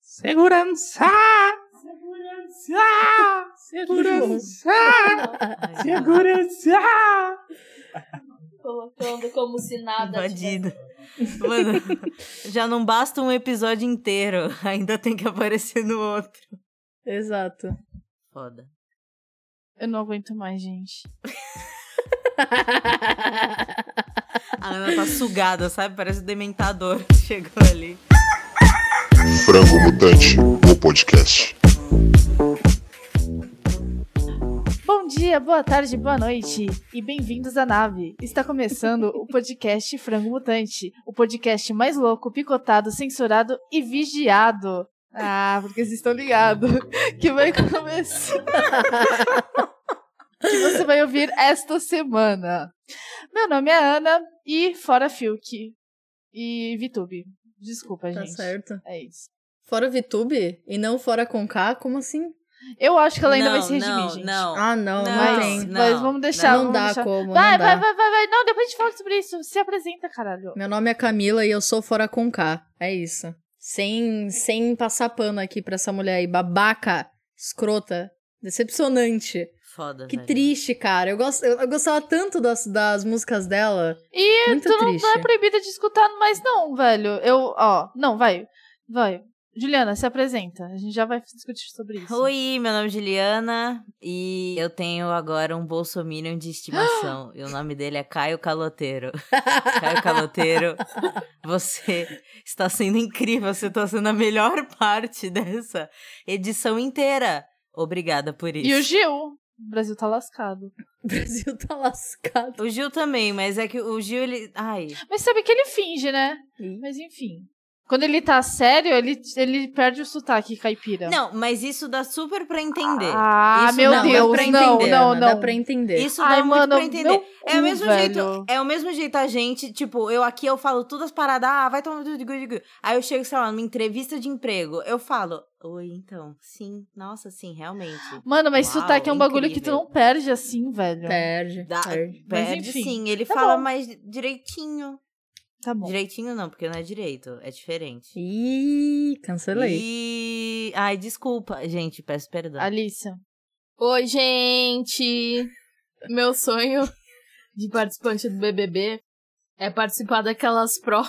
Segurança! Segurança! Segurança! Segurança! Colocando como se nada. tivesse- Invadido. Mano, já não basta um episódio inteiro, ainda tem que aparecer no outro. Exato. Foda. Eu não aguento mais, gente. A Ana tá sugada, sabe? Parece o dementador que chegou ali. Frango Mutante, o podcast. Bom dia, boa tarde, boa noite e bem-vindos à nave. Está começando o podcast Frango Mutante, o podcast mais louco, picotado, censurado e vigiado. Ah, porque vocês estão ligados que vai começar. que você vai ouvir esta semana. Meu nome é Ana e fora Fiuk e Vitube. Desculpa, Tá gente. certo. É isso. Fora VTube e não fora com K? Como assim? Eu acho que ela Então ainda vai não, se redimir, não, gente. Não, Ah, não, não, Não, Mas, tem. mas não, vamos deixar. Não vamos dá deixar. como, Vai, não dá. vai, vai, vai, vai. Não, depois a gente fala sobre isso. Se apresenta, caralho. Meu nome é Camila e eu sou fora com K. É isso. Sem, sem passar pano aqui pra essa mulher aí, babaca, escrota, decepcionante. Foda. Que velho. triste, cara. Eu, gosto, eu, eu gostava tanto das, das músicas dela. E Muito tu não, triste. não é proibida de escutar mais, não, velho. Eu, ó, não, vai. Vai. Juliana, se apresenta. A gente já vai discutir sobre isso. Oi, meu nome é Juliana e eu tenho agora um bolsominion de estimação. e o nome dele é Caio Caloteiro. Caio Caloteiro, você está sendo incrível, você está sendo a melhor parte dessa edição inteira. Obrigada por isso. E o Gil. O Brasil tá lascado. O Brasil tá lascado. O Gil também, mas é que o Gil, ele. Ai. Mas sabe que ele finge, né? Mas enfim. Quando ele tá sério, ele, ele perde o sotaque caipira. Não, mas isso dá super pra entender. Então. Ah, Isso meu não, dá Deus, pra não, entender, não, Ana, não. Dá pra entender. Isso Ai, dá muito mano, pra entender. meu É o cu, mesmo velho. jeito. É o mesmo jeito a gente, tipo, eu aqui eu falo todas as paradas, ah, vai tomar tudo de good, good. Aí eu chego, sei lá, numa entrevista de emprego, eu falo, oi, então, sim, nossa, sim, realmente. Mano, mas Uau, sotaque é um bagulho que tu incrível. não perde assim, velho. Perde, Dá- perde. Mas Perde enfim, sim, ele tá fala bom. mais direitinho. Tá bom. Direitinho não, porque não é direito, é diferente. Ih, cancelei. E... Ai, desculpa, gente, peço perdão. Alicia. Oi, gente! Meu sonho de participante do BBB é participar daquelas provas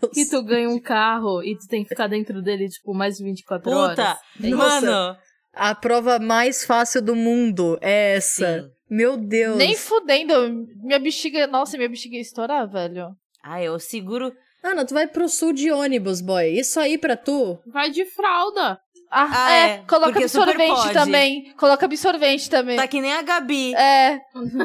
Meu que tu ganha um carro e tu tem que ficar dentro dele, tipo, mais de 24 horas. Puta, Nossa. mano. A prova mais fácil do mundo é essa. Sim. Meu Deus. Nem fudendo. Minha bexiga. Nossa, minha bexiga ia estourar, velho. Ai, eu seguro. Ana, tu vai pro sul de ônibus, boy. Isso aí pra tu? Vai de fralda! Ah, Ah, é. é, Coloca porque super absorvente pode. também. Coloca absorvente também. Tá que nem a Gabi. É.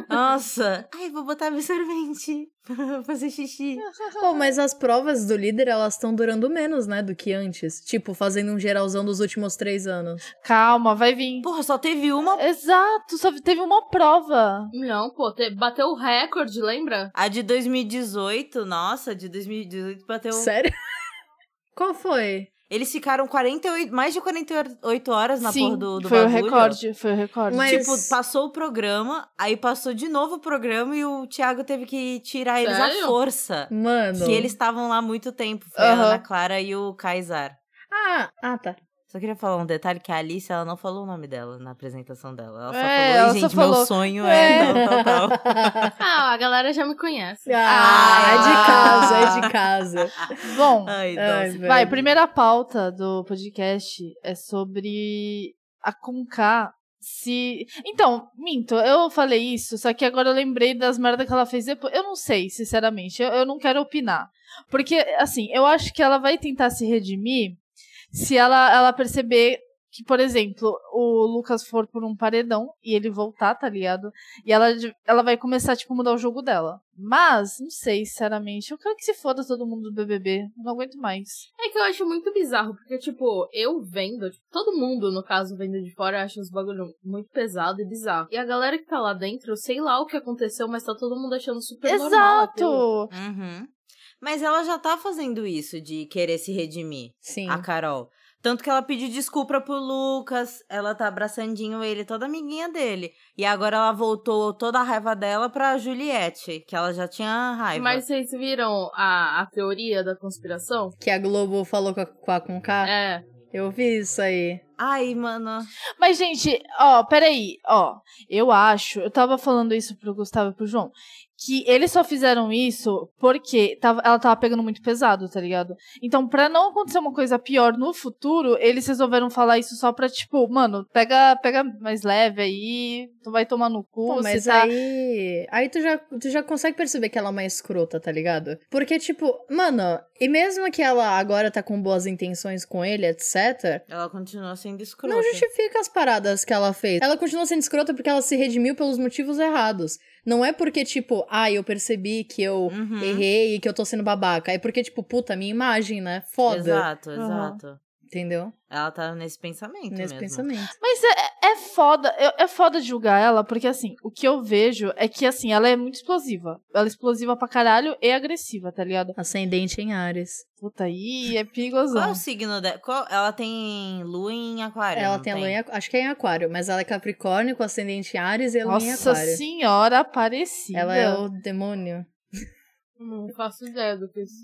Nossa. Ai, vou botar absorvente pra fazer xixi. Pô, mas as provas do líder, elas estão durando menos, né, do que antes. Tipo, fazendo um geralzão dos últimos três anos. Calma, vai vir. Porra, só teve uma. Exato, só teve uma prova. Não, pô, te- bateu o recorde, lembra? A de 2018, nossa, de 2018 bateu. Sério? Qual foi? Eles ficaram 48, mais de 48 horas na Sim, porra do, do foi bagulho. o recorde, foi o recorde. Mas- Tipo, passou o programa, aí passou de novo o programa e o Thiago teve que tirar eles à Sério? força. Mano. Que eles estavam lá há muito tempo. Foi a Aham. Ana Clara e o Kaysar. Ah, ah, tá. Só queria falar um detalhe que a Alice, ela não falou o nome dela na apresentação dela. Ela só É, falou, "Ei, ela só gente, falou, meu sonho é." é, tal, tal, tal. Ah, a galera já me conhece. ah, é de casa, é de casa. Bom, Ah. Ai, Ai, nossa. velho. vai, primeira pauta do podcast é sobre a Conká se. Então, minto, eu falei isso, só que agora eu lembrei das merdas que ela fez depois. Eu não sei, sinceramente, eu, eu não quero opinar. Porque, assim, eu acho que ela vai tentar se redimir se ela, ela perceber que, por exemplo, o Lucas for por um paredão e ele voltar, tá ligado? E ela, de- ela vai começar, tipo, mudar o jogo dela. Mas, não sei, sinceramente. Eu quero que se foda todo mundo do BBB. Eu não aguento mais. É que eu acho muito bizarro, porque, tipo, eu vendo, tipo, todo mundo, no caso, vendo de fora, acha os bagulho muito pesado e bizarro. E a galera que tá lá dentro, eu sei lá o que aconteceu, mas tá todo mundo achando super normal. aquilo. Exato! Uhum. Mas ela já tá fazendo isso de querer se redimir, Sim. a Carol. Tanto que ela pediu desculpa pro Lucas, ela tá abraçandinho ele, toda amiguinha dele. E agora ela voltou toda a raiva dela pra Juliette, que ela já tinha raiva. Mas vocês viram a, a teoria da conspiração? Que a Globo falou com a, com a Conká. É. Eu vi isso aí. Ai, mano. Mas, gente, ó, peraí, ó. Eu acho, eu tava falando isso pro Gustavo e pro João, que eles só fizeram isso porque tava, ela tava pegando muito pesado, tá ligado? Então, pra não acontecer uma coisa pior no futuro, eles resolveram falar isso só pra, tipo, mano, pega, pega mais leve aí, tu vai tomar no cu, Pô, mas você tá... aí. Aí tu já, tu já consegue perceber que ela é uma escrota, tá ligado? Porque, tipo, mano, e mesmo que ela agora tá com boas intenções com ele, etc., Ela continua sendo escrota. Não justifica as paradas que ela fez. Ela continua sendo escrota porque ela se redimiu pelos motivos errados. Não é porque, tipo, ah, eu percebi que eu Uhum. errei e que eu tô sendo babaca. É porque, tipo, puta, minha imagem, né? Foda. Exato, Aham. exato. Entendeu? Ela tá nesse pensamento Nesse mesmo. pensamento. Mas é, é foda, eu- é foda julgar ela, porque assim, o que eu vejo é que assim, ela é muito explosiva. Ela é explosiva pra caralho e agressiva, tá ligado? Ascendente em Ares. Puta, aí é Qual é perigosão. o signo dela? Qual- Ela tem lua em aquário. ela não tem a lua em aquário. Acho que é em aquário, mas ela é Capricórnio com ascendente em Ares e a lua em Nossa aquário. senhora aparecida. Ela é o demônio. Não faço ideia do que isso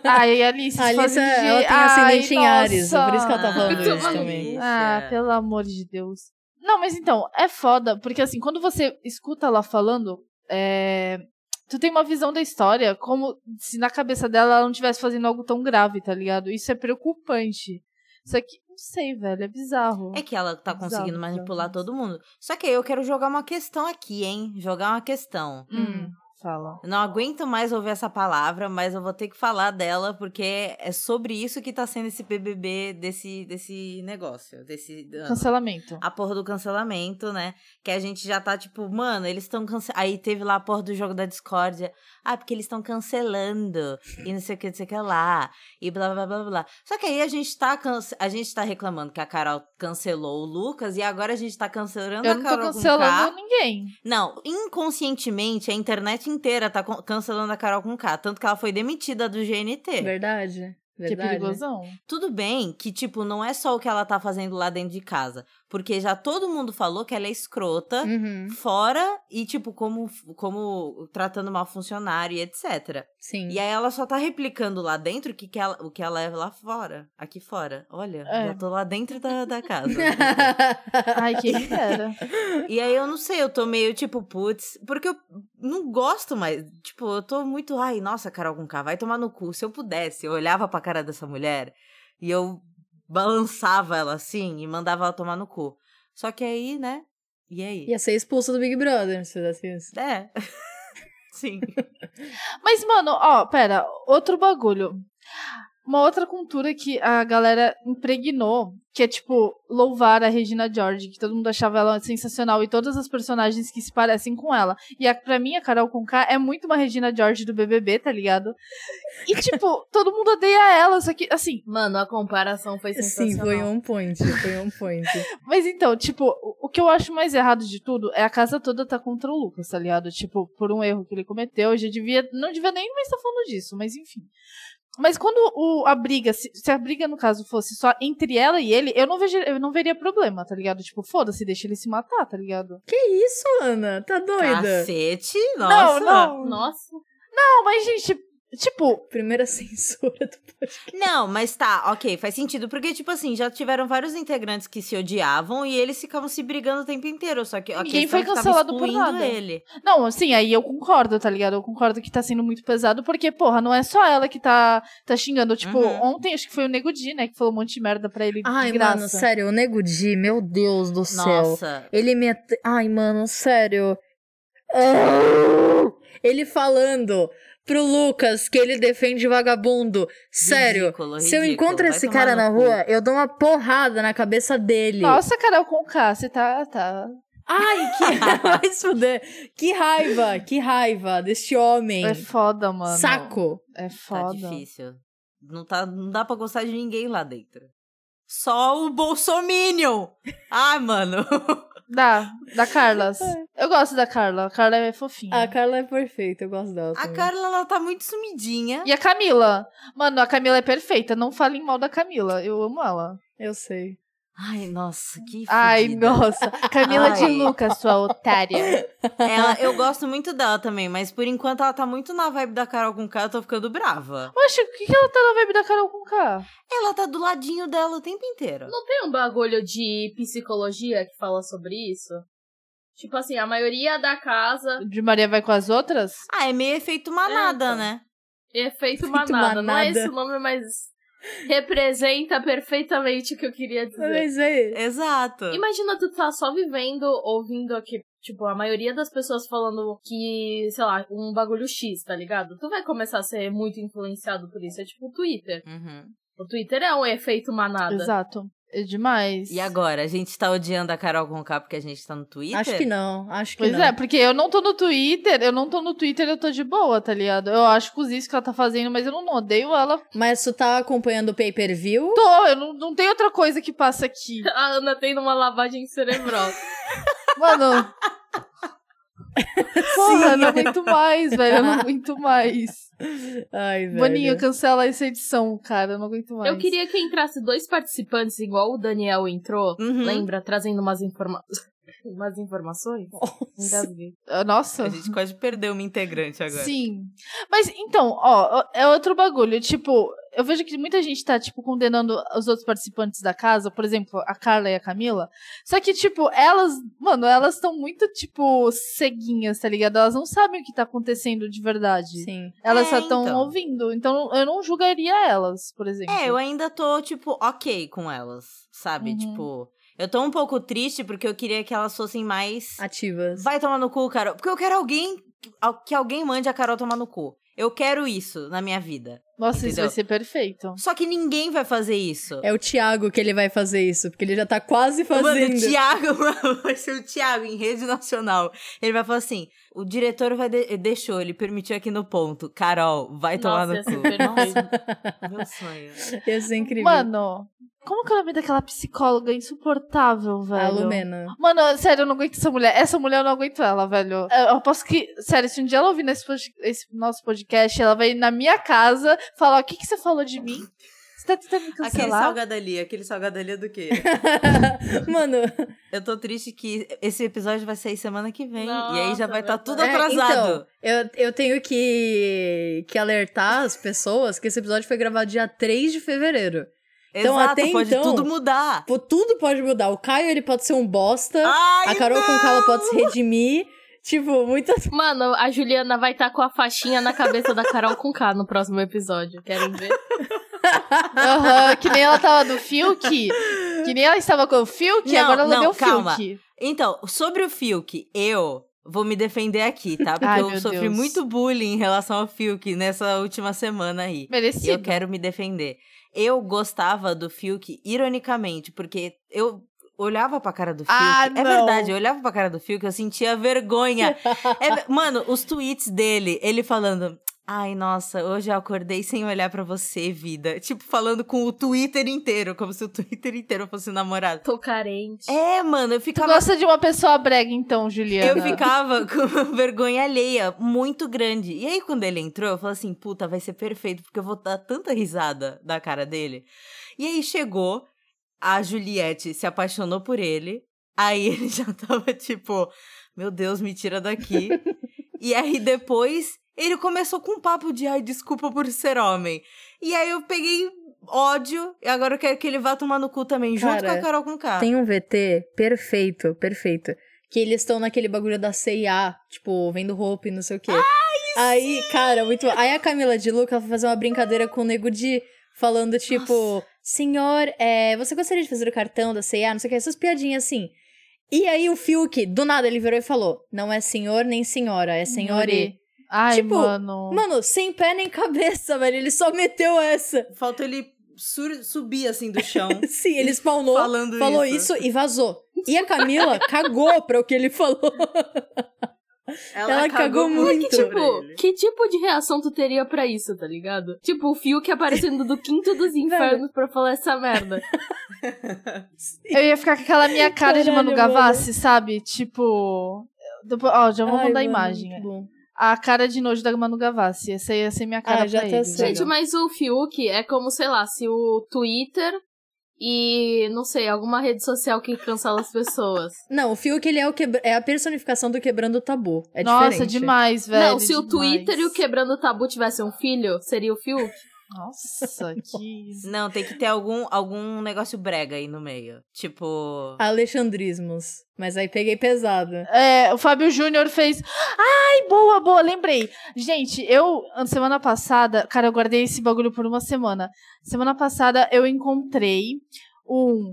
Ai, Alice, A Alice, fazendo de- ela tem Ai, ascendente em Ares. nossa. Por isso que ela tá falando Ah, isso também. É. Ah, pelo amor de Deus. Não, mas então, é foda, porque assim, quando você escuta ela falando, é, tu tem uma visão da história, como se na cabeça dela ela não estivesse fazendo algo tão grave, tá ligado? Isso é preocupante. Isso aqui, não sei, velho, é bizarro. É que ela tá conseguindo Exato. manipular todo mundo. Só que aí eu quero jogar uma questão aqui, hein? Jogar uma questão. Hum, fala. Eu não aguento mais ouvir essa palavra, mas eu vou ter que falar dela, porque é sobre isso que tá sendo esse BBB desse, desse negócio, desse ano. Cancelamento. Ah, a porra do cancelamento, né? Que a gente já tá tipo, mano, eles estão cancelando. Aí teve lá a porra do jogo da discórdia. Ah, porque eles estão cancelando. E não sei o que, não sei o que lá. E blá blá blá blá. Só que aí a gente tá, cance- a gente tá reclamando que a Carol cancelou o Lucas e agora a gente tá cancelando Eu a não tô Carol com cancelando ninguém. não, inconscientemente a internet inteira tá con- cancelando a Carol com K, tanto que ela foi demitida do GNT. Verdade. Que é Verdade. né? perigosão. Tudo bem que, tipo, não é só o que ela tá fazendo lá dentro de casa, porque já todo mundo falou que ela é escrota, Uhum, fora e, tipo, como, como tratando mal funcionário e etc. sim. E aí ela só tá replicando lá dentro o que, que ela, o que ela é lá fora, aqui fora. Olha, É. já tô lá dentro da, da casa. Ai, quem me dera. e aí eu não sei, eu tô meio tipo, putz, porque eu não gosto mais. Tipo, eu tô muito, ai, nossa, Carol Conká, vai tomar no cu. Se eu pudesse, eu olhava pra cara dessa mulher e eu balançava ela assim e mandava ela tomar no cu. Só que aí, né? E aí? Ia ser expulsa do Big Brother se fizesse isso. É. Sim. Mas, mano, ó, pera, outro bagulho. Uma outra cultura que a galera impregnou, que é tipo louvar a Regina George, que todo mundo achava ela sensacional e todas as personagens que se parecem com ela. E a, pra mim, a Carol Conká é muito uma Regina George do BBB, tá ligado? E tipo, todo mundo odeia ela, só que assim, Mano, a comparação foi sensacional. Sim, foi um point, foi um point. Mas então, tipo, o- o que eu acho mais errado de tudo é a casa toda tá contra o Lucas, tá ligado? Tipo, por um erro que ele cometeu, eu já devia. Não devia nem mais estar falando disso, mas enfim. Mas quando o- a briga, se, se a briga, no caso, fosse só entre ela e ele, eu não, vejo, eu não veria problema, tá ligado? Tipo, foda-se, deixa ele se matar, tá ligado? que isso, Ana? Tá doida? Cacete, nossa. Não, não. Nossa. Não, mas, gente, tipo, Primeira censura do podcast. Não, mas tá, ok, faz sentido. Porque, tipo assim, já tiveram vários integrantes que se odiavam e eles ficavam se brigando o tempo inteiro. Só que a Ninguém foi questão é que tava cancelado por excluindo nada. ele. não, assim, aí eu concordo, tá ligado? Eu concordo que tá sendo muito pesado, porque, porra, não é só ela que tá, tá xingando. Tipo, Uhum. ontem acho que foi o Nego Di, né, que falou um monte de merda pra ele. Ai, de graça. mano, sério, o Nego Di, meu Deus do céu. Nossa. Ele me. at- Ai, mano, sério. Ah! Ele falando pro Lucas que ele defende vagabundo. Sério. Ridículo, Se eu ridículo, encontro vai esse tomar cara no na cu. rua, eu dou uma porrada na cabeça dele. Nossa, Carol Conká, você tá, tá. Ai, que vai se fuder. Que raiva, que raiva deste homem. É foda, mano. Saco. É Tá foda. difícil. Não, tá, não dá pra gostar de ninguém lá dentro. Só o Bolsominion! Ah, mano. Dá, da Carla. Eu gosto da Carla. A Carla é fofinha. Ah, A Carla é perfeita, eu gosto dela. A também. Carla, ela tá muito sumidinha. E a Camila? Mano, a Camila é perfeita. Não falem mal da Camila. Eu amo ela. Eu sei. Ai, nossa, que Ai, fudida. nossa. Camila de Ai. Lucas, sua otária. Ela, eu gosto muito dela também, mas por enquanto ela tá muito na vibe da Carol com K, eu tô ficando brava. Poxa, o que, que ela tá na vibe da Carol com K? Ela tá do ladinho dela o tempo inteiro. Não tem um bagulho de psicologia que fala sobre isso? Tipo assim, a maioria da casa De Maria vai com as outras? Ah, é meio efeito manada, É, então. né? é feito Efeito manada. Não é manada. esse o nome, mas representa perfeitamente o que eu queria dizer. é. Mas é, aí. Exato. Imagina tu tá só vivendo, ouvindo aqui, tipo, a maioria das pessoas falando que, sei lá, um bagulho X, tá ligado? Tu vai começar a ser muito influenciado por isso. É tipo o Twitter. Uhum. O Twitter é um efeito manada. Exato. É demais. E agora? A gente tá odiando a Carol com K porque a gente tá no Twitter? Acho que não, acho que Pois não. é, porque eu não tô no Twitter, eu não tô no Twitter, eu tô de boa, tá ligado? Eu acho que os isso que ela tá fazendo, mas eu não odeio ela. Mas tu tá acompanhando o pay-per-view? Tô, eu não, não tem outra coisa que passa aqui. A Ana tem uma lavagem cerebral. Mano. Porra, eu não aguento mais, velho. Eu não aguento mais. Ai, velho. Boninho, cancela essa edição, cara. Eu não aguento mais. Eu queria que entrasse dois participantes, igual o Daniel entrou, Uhum. lembra? Trazendo umas, informa... umas informações. Nossa. Engasguei. Ah, Nossa. A gente quase perdeu uma integrante agora. Sim. Mas então, ó, é outro bagulho. Tipo, eu vejo que muita gente tá, tipo, condenando os outros participantes da casa, por exemplo, a Carla e a Camila. Só que, tipo, elas, mano, elas estão muito, tipo, ceguinhas, tá ligado? Elas não sabem o que tá acontecendo de verdade. Sim. Elas É, só estão então. ouvindo. Então, eu não julgaria elas, por exemplo. É, eu ainda tô, tipo, ok com elas, sabe? Uhum. Tipo, eu tô um pouco triste porque eu queria que elas fossem mais. Ativas. Vai tomar no cu, Carol. Porque eu quero alguém. al- Que alguém mande a Carol tomar no cu. Eu quero isso na minha vida. Nossa, isso Entendeu? vai ser perfeito. Só que ninguém vai fazer isso. É o Thiago que ele vai fazer isso, porque ele já tá quase fazendo. Mano, o Thiago, mano, vai ser o Thiago em rede nacional. Ele vai falar assim: o diretor vai de- deixou, ele permitiu aqui no ponto. Carol, vai tomar Nossa, no ia cu. ser perfeito. Meu sonho. Ia ser incrível. Mano, como que é o nome daquela psicóloga insuportável, velho? a Lumena. Mano, sério, eu não aguento essa mulher. Essa mulher eu não aguento ela, velho. Eu eu posso que. Sério, se um dia ela ouvir nesse pod- esse nosso podcast, ela vai na minha casa falar: o que, que você falou de mim? Você tá tentando me Aquele cancelar? salgado ali, aquele salgado ali é do quê? Mano, Eu tô triste que esse episódio vai sair semana que vem. e aí Nossa, já vai estar tá tudo É, atrasado. eu, eu tenho que, que alertar as pessoas que esse episódio foi gravado dia 3 de fevereiro. então, Exato, até pode então- tudo mudar. Pô, Tudo pode mudar. O Caio, ele pode ser um bosta. Ai, a Carol com Concala pode se redimir. Tipo, muitas... Mano, a Juliana vai estar com a faixinha na cabeça da Carol com K no próximo episódio. Querem ver? Aham, que nem ela tava do Fiuk. Que nem ela estava com o Fiuk, Não, agora ela não, deu o calma. Fiuk. Então, sobre o Fiuk, eu vou me defender aqui, tá? Porque Ai, eu meu sofri Deus. muito bullying em relação ao Fiuk nessa última semana aí. E eu Merecido. quero me defender. Eu gostava do Fiuk, ironicamente, porque eu olhava pra cara do Fiuk. Ah, é não. verdade, eu olhava pra cara do Fiuk, eu sentia vergonha. É ve- mano, os tweets dele, ele falando. Ai, nossa, hoje eu acordei sem olhar pra você, vida. Tipo, falando com o Twitter inteiro, como se o Twitter inteiro fosse o namorado. Tô carente. É, mano, eu Tu ficava gosta de uma pessoa brega, então, Juliana. eu ficava com uma vergonha alheia muito grande. E aí, quando ele entrou, eu falei assim: puta, vai ser perfeito, porque eu vou dar tanta risada da cara dele. E aí chegou, a Juliette se apaixonou por ele. Aí ele já tava tipo: meu Deus, me tira daqui. e aí depois ele começou com um papo de: ai, desculpa por ser homem. E aí eu peguei ódio, e agora eu quero que ele vá tomar no cu também, junto Cara, com a Carol com K. Tem um VT perfeito, perfeito. Que eles estão naquele bagulho da CIA, tipo, vendo roupa e não sei o quê. Ah, Aí, cara, muito. Aí a Camila de Luca vai fazer uma brincadeira com o nego de falando, tipo, senhor, é, você gostaria de fazer o cartão da CIA? Não sei o que, essas piadinhas assim. E aí o Fiuk, do nada, ele virou e falou: não é senhor nem senhora, é senhore. Uhum. Ai, Tipo, mano. Mano, sem pé nem cabeça, velho. Ele só meteu essa. Falta ele sur- subir assim do chão. Sim, ele spawnou, falando falou isso. isso. e vazou. E a Camila cagou pra o que ele falou. Ela cagou muito. Que tipo, ele. que tipo de reação tu teria pra isso, tá ligado? Tipo, o Fiuk aparecendo do quinto dos infernos pra falar essa merda. Eu ia ficar com aquela minha cara de Manu Caralho, mano. Gavassi, sabe? Tipo. Depois, ó, já vou Ai, mandar a mano, imagem. é. muito bom. A cara de nojo da Manu Gavassi. Essa ia ser minha cara Ah, já pra tá ele. certo. Gente, mas o Fiuk é como, sei lá, se o Twitter e, não sei, alguma rede social que cancela as pessoas. Não, o Fiuk ele é, o quebra... é a personificação do quebrando o tabu. É Nossa, diferente. demais, velho. não, se o demais. Twitter e o é Quebrando o Tabu tivessem um filho, seria o Fiuk. Nossa, que. Não, tem que ter algum, algum negócio brega aí no meio. Ah, Tipo. Alexandrismos. Mas aí peguei pesado. É, o Fábio Júnior fez. Ai, boa, boa, lembrei. Gente, eu, an- semana passada, cara, eu guardei esse bagulho por uma semana. Semana passada eu encontrei um.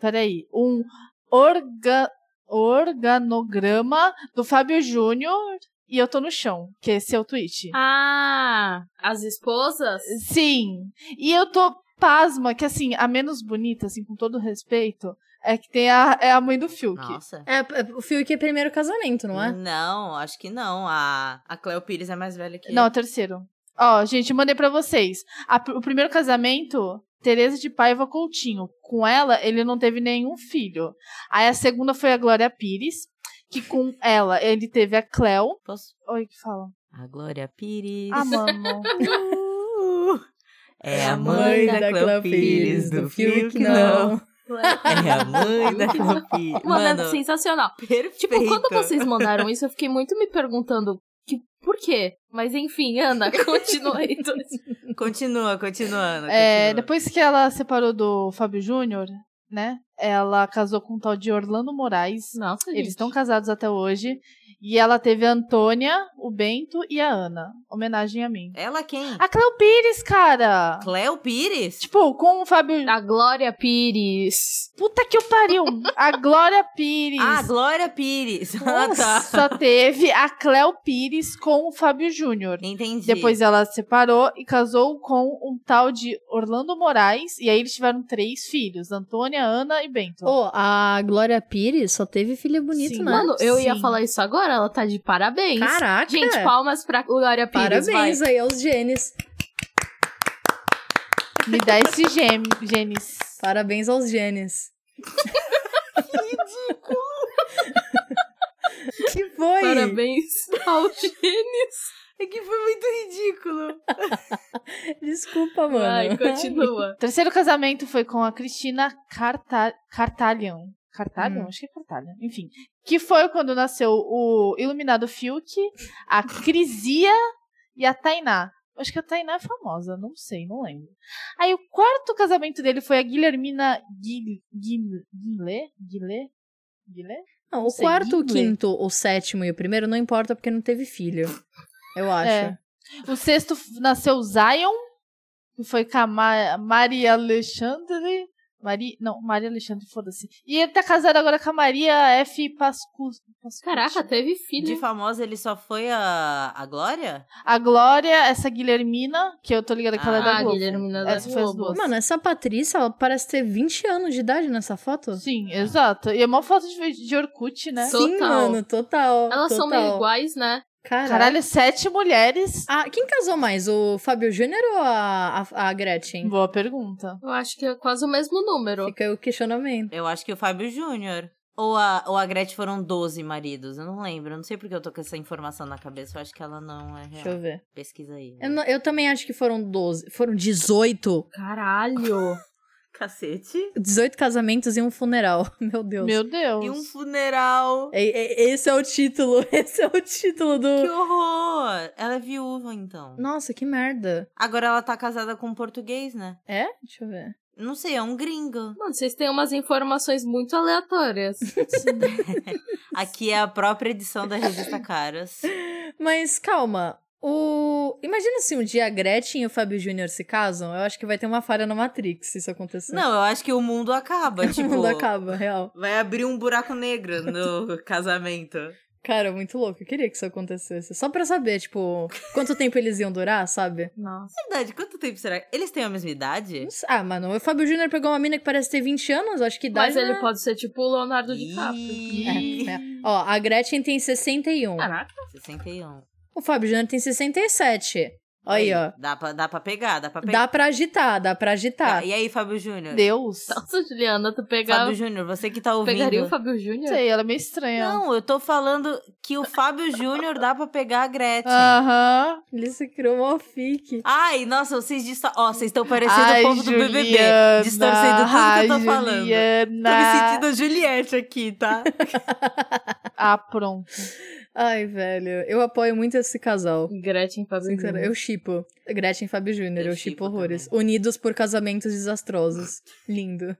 Peraí, um orga, organograma do Fábio Júnior e eu tô no chão, que esse é o tweet. Ah, as esposas? Sim. E eu tô pasma que, assim, a menos bonita, assim, com todo respeito, é que tem a, é a mãe do Fiuk. Nossa. É, p- o Fiuk é primeiro casamento, não é? Não, acho que não. A, a Cleo Pires é mais velha que Não, o terceiro. Ó, gente, mandei pra vocês. A pr- o primeiro casamento, Tereza de Paiva Coutinho. Com ela, ele não teve nenhum filho. Aí a segunda foi a Glória Pires, que com ela ele teve a Cleo. Posso? Oi, que fala? A Glória Pires. Ah, mano. Uh, é a mãe da, Cleo, Pires, do Fiuk, não. É a mãe da Cleo Pires. Mano, é Mano, sensacional. perfeito. Tipo, quando vocês mandaram isso, eu fiquei muito me perguntando que, por quê? Mas enfim, Ana, continuei. Continua, continuando. É, continua. depois que ela separou do Fábio Júnior, né? Ela casou com um tal de Orlando Moraes. Nossa, Eles gente. estão casados até hoje. E ela teve a Antônia, o Bento e a Ana. Homenagem a mim. Ela quem? A Cleo Pires, cara! Cleo Pires? Tipo, com o Fábio. Ah. A Glória Pires. Puta que o pariu! A Glória Pires. Ah, Glória Pires. Ah, tá. Só teve a Cleo Pires com o Fábio Júnior. Entendi. Depois ela se separou e casou com um tal de Orlando Moraes. E aí eles tiveram três filhos: Antônia, Ana e Bento. Ô, a Glória Pires só teve filha bonita, Sim. né? Mano, eu ia Sim. falar isso agora, ela tá de parabéns. Caraca! Gente, palmas pra Glória Pires, Parabéns vai. aí aos genes. Me dá esse gêmeo, genes. Parabéns aos genes. que foi? Parabéns ao Gênesis. É que foi muito ridículo. Desculpa, mano. Vai, continua. Terceiro casamento foi com a Cristina Carta Cartalion. Cartalion? Hum. Acho que é Cartalion. Enfim. Que foi quando nasceu o Iluminado Fiuk, a Crisia e a Tainá. Acho que a Tainá é famosa, não sei, não lembro. Aí o quarto casamento dele foi a Guilhermina Guil- Guil- Guilé? Guilé? Guilé? Não, Não o sei, quarto, o Gimli. quinto, o sétimo e o primeiro não importa porque não teve filho. Eu acho. É. O sexto f- nasceu Zion, que foi com a Ma- Maria Alexandre. Maria, não, Maria Alexandre, foda-se. E ele tá casado agora com a Maria F. Pascu. Pascucci. Caraca, teve filho. De famosa, ele só foi a, a Glória? A Glória, essa Guilhermina, que eu tô ligada que ela é Ah, da Ah, Globo. Guilhermina da Essa foi as Globo. duas. Mano, essa Patrícia, ela parece ter 20 anos de idade nessa foto. Sim, exato. E é uma foto de, de Orkut, né? Sim. Sim, Total. mano, total. Elas total. são meio iguais, né? Caralho. Caralho, sete mulheres. Ah, quem casou mais, o Fábio Júnior ou a, a, a Gretchen? Boa pergunta. Eu acho que é quase o mesmo número. Fica aí o questionamento. Eu acho que o Fábio Júnior. Ou a, ou a Gretchen foram 12 maridos. Eu não lembro. Eu não sei porque eu tô com essa informação na cabeça. Eu acho que ela não é real. Deixa eu ver. Pesquisa aí. É. Eu, não- eu também acho que foram 12. Foram 18. Caralho. Cacete. 18 casamentos e um funeral. Meu Deus. Meu Deus. E um funeral. É- é- Esse é o título. Esse é o título Que do. horror! Ela é viúva, então. Nossa, que merda. Agora ela tá casada com um português, né? É? Deixa eu ver. Não sei, é um gringo. Mano, vocês têm umas informações muito aleatórias. Aqui é a própria edição da revista Caras. Mas calma. O... Imagina se um dia a Gretchen e o Fábio Júnior se casam. Eu acho que vai ter uma falha na Matrix se isso acontecer. Não, eu acho que o mundo acaba. o Tipo, mundo acaba, real. vai abrir um buraco negro no casamento. Cara, muito louco. Eu queria que isso acontecesse. Só pra saber, tipo, quanto tempo eles iam durar, sabe? Nossa. Verdade, quanto tempo será? Eles têm a mesma idade? Não sei. Ah, mano, o Fábio Júnior pegou uma mina que parece ter 20 anos, acho que idade. Mas ele né? pode ser tipo o Leonardo DiCaprio. Ih, É, é. Ó, a Gretchen tem 61. Caraca. 61. O Fábio Júnior tem 67. Aí, ó. Dá pra, dá pra pegar, dá pra pegar. Dá pra agitar, dá pra agitar. Ah, E aí, Fábio Júnior? Deus. Não Nossa, Juliana, tu pegava, Fábio Júnior, você que tá ouvindo. pegaria o Fábio Júnior? sei, ela é meio estranha. Não, eu tô falando que o Fábio Júnior dá pra pegar a Gretchen. Ah. Aham. Ele se criou uma fic. Ai, nossa, vocês disto... ó, vocês estão parecendo Ai, o povo do BBB, Juliana, distorcendo tudo que eu tô ai, falando. Tô Juliana. me sentindo a Juliette aqui, tá? Ah, pronto. Ai, velho. Eu apoio muito esse casal. Gretchen Fábio Sincero, Júnior. eu chipo. Gretchen e Fábio Júnior, Eu eu chipo shippo horrores. Unidos por casamentos desastrosos. Lindo.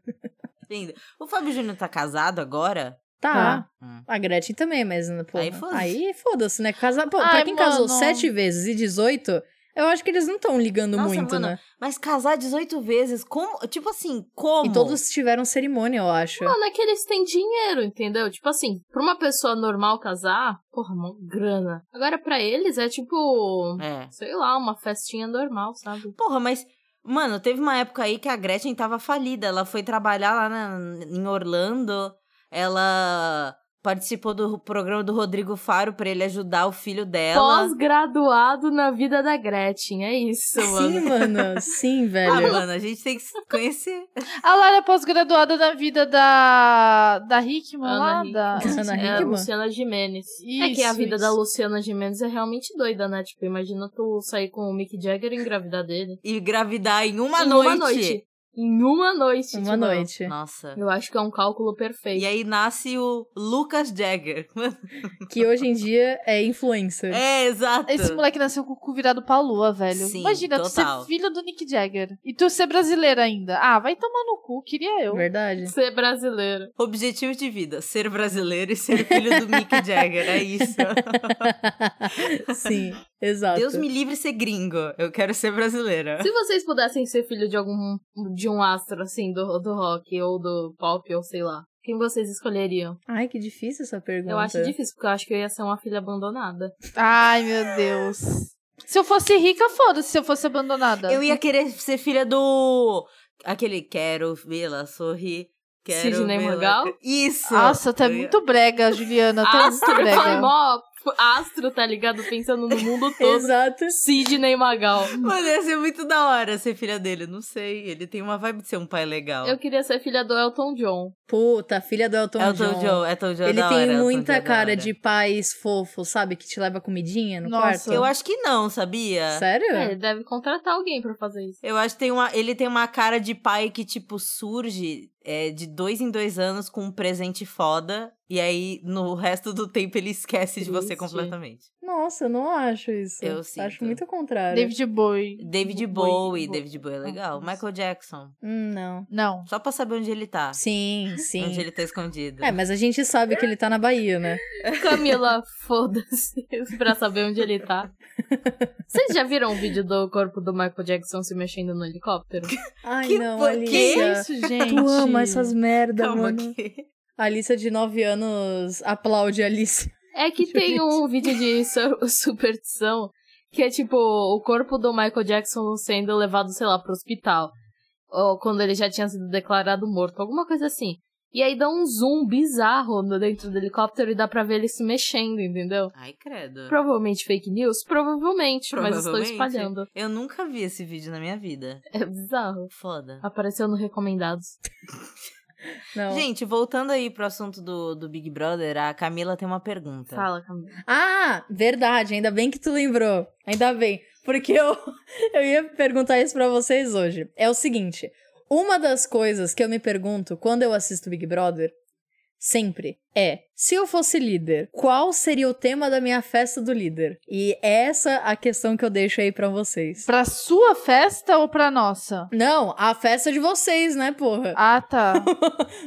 Lindo. O Fábio Júnior tá casado agora? Tá. Ah. Hum. A Gretchen também, mas pô, Aí foda-se. aí foda-se, né? Casa... Pô, pra Ai, quem casou mano. sete vezes e 18, eu acho que eles não estão ligando Nossa, muito, mano, né? Mas casar 18 vezes, como? Tipo assim, como? E todos tiveram cerimônia, eu acho. Mano, é que eles têm dinheiro, entendeu? Tipo assim, pra uma pessoa normal casar, porra, mó grana. Agora pra eles é tipo, É. sei lá, uma festinha normal, sabe? Porra, mas. Mano, teve uma época aí que a Gretchen tava falida. Ela foi trabalhar lá na- em Orlando. Ela participou do programa do Rodrigo Faro pra ele ajudar o filho dela. Pós-graduado na vida da Gretchen, é isso, Sim, mano. mano. Sim, Ah, velho. mano, a gente tem que se conhecer. A Lara é pós-graduada na vida da. da Hickman lá? Ana Da... Ana É a Hickman. Luciana Jimenez. é que a Isso, vida da isso. Luciana Jimenez é realmente doida, né? Tipo, imagina tu sair com o Mick Jagger e engravidar dele. E engravidar em uma em noite. uma noite. Em uma noite. Uma tipo, noite. Nossa. Eu acho que é um cálculo perfeito. E aí nasce o Lucas Jagger. Mano, Que hoje em dia é influencer. É, exato. Esse moleque nasceu com o cu virado pra lua, velho. Sim, Imagina, tu total. ser filho do Nick Jagger. E tu ser brasileira ainda. Ah, vai tomar no cu, queria eu. Verdade. Ser brasileiro. Objetivo de vida: ser brasileiro e ser filho do Mick Jagger. É isso. Sim, exato. Deus me livre ser gringo. Eu quero ser brasileira. Se vocês pudessem ser filho de algum de um astro assim do, do rock ou do pop ou sei lá, quem vocês escolheriam? Ai, que difícil essa pergunta. Eu acho difícil porque eu acho que eu ia ser uma filha abandonada. Ai, meu Deus. Se eu fosse rica, foda-se se eu fosse abandonada. Eu ia querer ser filha do. Aquele quero vê-la sorrir. Quero Sidney vê-la- Morgal? Isso! Nossa, tu é Eu ia- muito brega, Juliana. Tu é muito Astro foi brega. Ah, mó astro, tá ligado? Pensando no mundo todo. Exato. Sidney Magal. Mano, ia ser muito da hora ser filha dele. Não sei. Ele tem uma vibe de ser um pai legal. Eu queria ser filha do Elton John. Puta, filha do Elton, Elton John. John. Elton John é Ele da hora, tem Elton John é muita da cara hora. de pais fofos, sabe? Que te leva comidinha no Nossa. quarto. Eu acho que não, sabia? Sério? É, ele deve contratar alguém pra fazer isso. Eu acho que tem uma, ele tem uma cara de pai que, tipo, surge é, de dois em dois anos com um presente foda. E aí, no resto do tempo, ele esquece de você Triste. completamente. Nossa, eu não acho isso. Eu sinto. Acho muito o contrário. David Bowie. David Bowie, David Bowie é legal. Michael Jackson. Hum, não. Não. Só pra saber onde ele tá. Sim, sim. Onde ele tá escondido. É, mas a gente sabe que ele tá na Bahia, né? Camila, foda-se, pra saber onde ele tá. Vocês já viram o vídeo do corpo do Michael Jackson se mexendo no helicóptero? Ai, Que não, po- Alicia. que É Isso, gente. É Tu ama essas tá merda, Calma mano. aqui. A Alicia de 9 anos aplaude a Alice. É que tem um vídeo de su- superstição que é tipo o corpo do Michael Jackson sendo levado, sei lá, pro hospital. Ou quando ele já tinha sido declarado morto, alguma coisa assim. E aí dá um zoom bizarro no- dentro do helicóptero e dá pra ver ele se mexendo, entendeu? Ai, credo. Provavelmente fake news? Provavelmente, mas estou Provavelmente. espalhando. Eu nunca vi esse vídeo na minha vida. É bizarro. Foda. Apareceu no Recomendados. Não. Gente, voltando aí pro assunto do, do Big Brother, a Camila tem uma pergunta. Fala, Camila. Ah, verdade, ainda bem que tu lembrou. Ainda bem, porque eu, eu ia perguntar isso pra vocês hoje. É o seguinte, uma das coisas que eu me pergunto quando eu assisto Big Brother, sempre, é: se eu fosse líder, qual seria o tema da minha festa do líder? E essa é a questão que eu deixo aí pra vocês. Pra sua festa ou pra nossa? Não, a festa de vocês, né, porra? Ah, tá.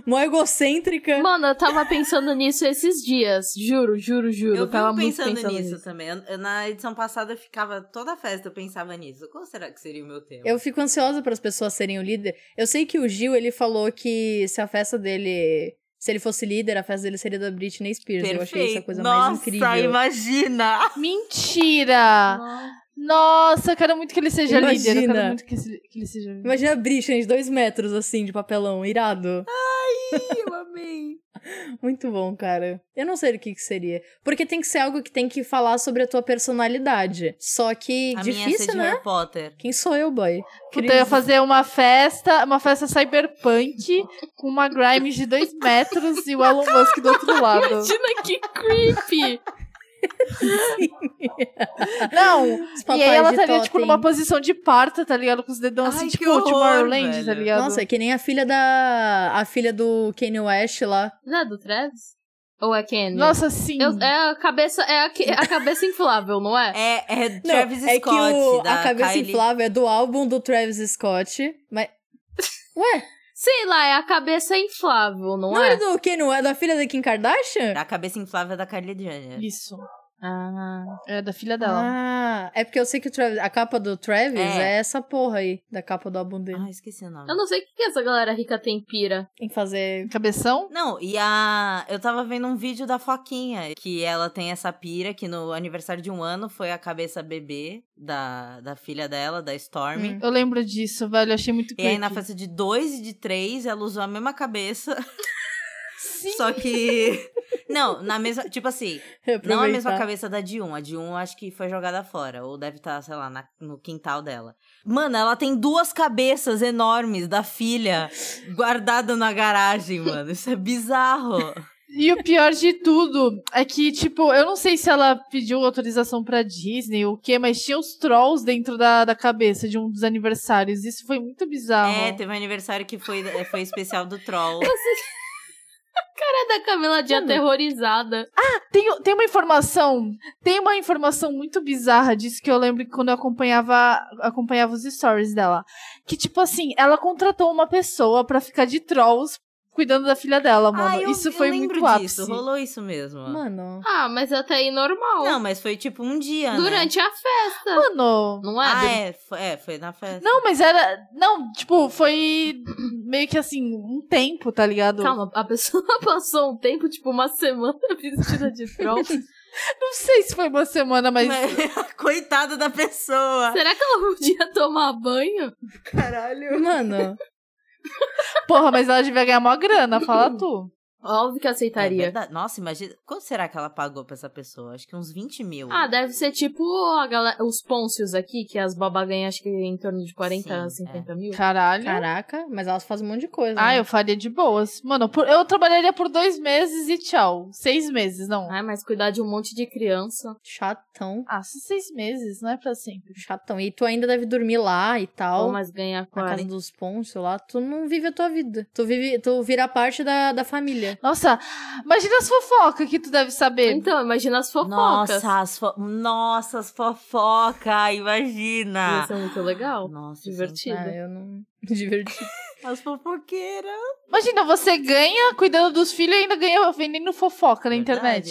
Mó egocêntrica. Mano, eu tava pensando nisso esses dias. Juro, juro, juro. Eu tava tava pensando, muito pensando nisso, também. Eu- eu- na edição passada eu ficava toda a festa, eu pensava nisso. Qual será que seria o meu tema? Eu fico ansiosa para as pessoas serem o líder. Eu sei que o Gil, ele falou que se a festa dele. Se ele fosse líder, a festa dele seria da Britney Spears. Eu achei isso a coisa Nossa, mais incrível. imagina! Ah. Mentira! Nossa, eu quero muito que ele seja líder. Eu Imagina. quero muito que, se- que ele seja líder. Imagina a Britney de dois metros, assim, de papelão, irado. Eu amei! Muito bom, cara. Eu não sei o que que seria. Porque tem que ser algo que tem que falar sobre a tua personalidade. Só que A minha é ia ser difícil, de né? Harry Potter. Quem sou eu, boy? Puta, eu ia fazer uma festa, uma festa cyberpunk com uma Grimes de dois metros e o Elon Musk do outro lado. Imagina que creepy! Não! Os E papais aí ela de estaria, tipo, totem. numa posição de parto, tá ligado? Com os dedão assim, Ai, que tipo, o horror, Tomorrowland, tá velho. ligado? Nossa, é que nem a filha da. A filha do Kanye West lá. Não é do Travis? Ou é Kenny? Nossa, sim. Eu- é a cabeça, é a, que- a cabeça inflável, não é? É, é Não, Travis é Scott, que o- da a cabeça Kylie. inflável é do álbum do Travis Scott, mas Ué, Sei lá, é a cabeça inflável, não, não é? é do Kanye, é da filha da Kim Kardashian? Da cabeça inflável da Kylie Jenner. Isso. Ah, É da filha dela. Ah, é porque eu sei que o Travis- a capa do Travis É. é. essa porra aí, da capa do álbum dele. Ah, esqueci o nome. eu não sei o que que essa galera rica tem pira. Em fazer. Cabeção? Não, e a. Eu tava vendo um vídeo da Foquinha, que ela tem essa pira que no aniversário de um ano foi a cabeça bebê da, da filha dela, da Stormy. Hum. Eu lembro disso, velho. Eu achei muito E aí na creepy. festa de dois e de três ela usou a mesma cabeça, Sim. só que. Não, na mesma. Tipo assim, não a mesma hum, aproveitar. cabeça da de um. A de um acho que foi jogada fora, ou deve estar, sei lá, na- no quintal dela. Mano, ela tem duas cabeças enormes da filha guardada na garagem, mano. Isso é bizarro. E o pior de tudo é que, tipo, eu não sei se ela pediu autorização pra Disney ou o quê, mas tinha os trolls dentro da, da cabeça de um dos aniversários. Isso foi muito bizarro. É, teve um aniversário que foi, eh, foi especial do Troll. É da Camila de aterrorizada. Tem, tem uma informação, tem uma informação muito bizarra disso que eu lembro que quando eu acompanhava, acompanhava os stories dela. Que, tipo assim, ela contratou uma pessoa pra ficar de trolls cuidando da filha dela, mano. Ah, eu- isso eu foi lembro muito ápice. disso, rolou isso mesmo. Mano. Ah, mas até aí normal. Não, mas foi tipo um dia, né? Durante a festa, Mano. não é? Ah, é, foi, é, foi na festa. Não, mas era. Não, tipo, foi meio que assim, um tempo, tá é. ligado? Calma, a pessoa passou um tempo, tipo uma semana vestida de troll. Não sei se foi uma semana, mas. Mas- Coitada da pessoa. É Será que ela podia tomar banho? Caralho. Mano. Porra, mas ela devia ganhar mó grana, fala tu. Óbvio que aceitaria. Nossa, imagina. Quanto será que ela pagou pra essa pessoa? Acho que uns 20 mil. ah, deve ser tipo a galera, os pôncios aqui, que as babá ganham acho que em torno de 40, Sim, é. 50 mil. Caralho. Caraca, mas elas fazem um monte de coisa. Ah, né? eu faria de boas. Mano, por- eu trabalharia por dois meses e tchau. Seis meses, não. Ai, mas cuidar de um monte de criança. Chatão. Ah, se seis meses, não é pra sempre. Chatão. E tu ainda deve dormir lá e tal. Oh Ou mas ganhar Na casa 40. dos Pôncio lá, tu não vive a tua vida. Tu, vive, tu vira parte da, da família. Nossa, imagina as fofocas que tu deve saber. Então, imagina as fofocas. Nossa, as fo... Nossa, as fofoca, Ia imagina. ser muito legal. Nossa, é, Divertido. Ah, eu não. Divertido. sim. As fofoqueiras. Imagina, você ganha cuidando dos filhos e ainda ganha vendendo fofoca na Verdade.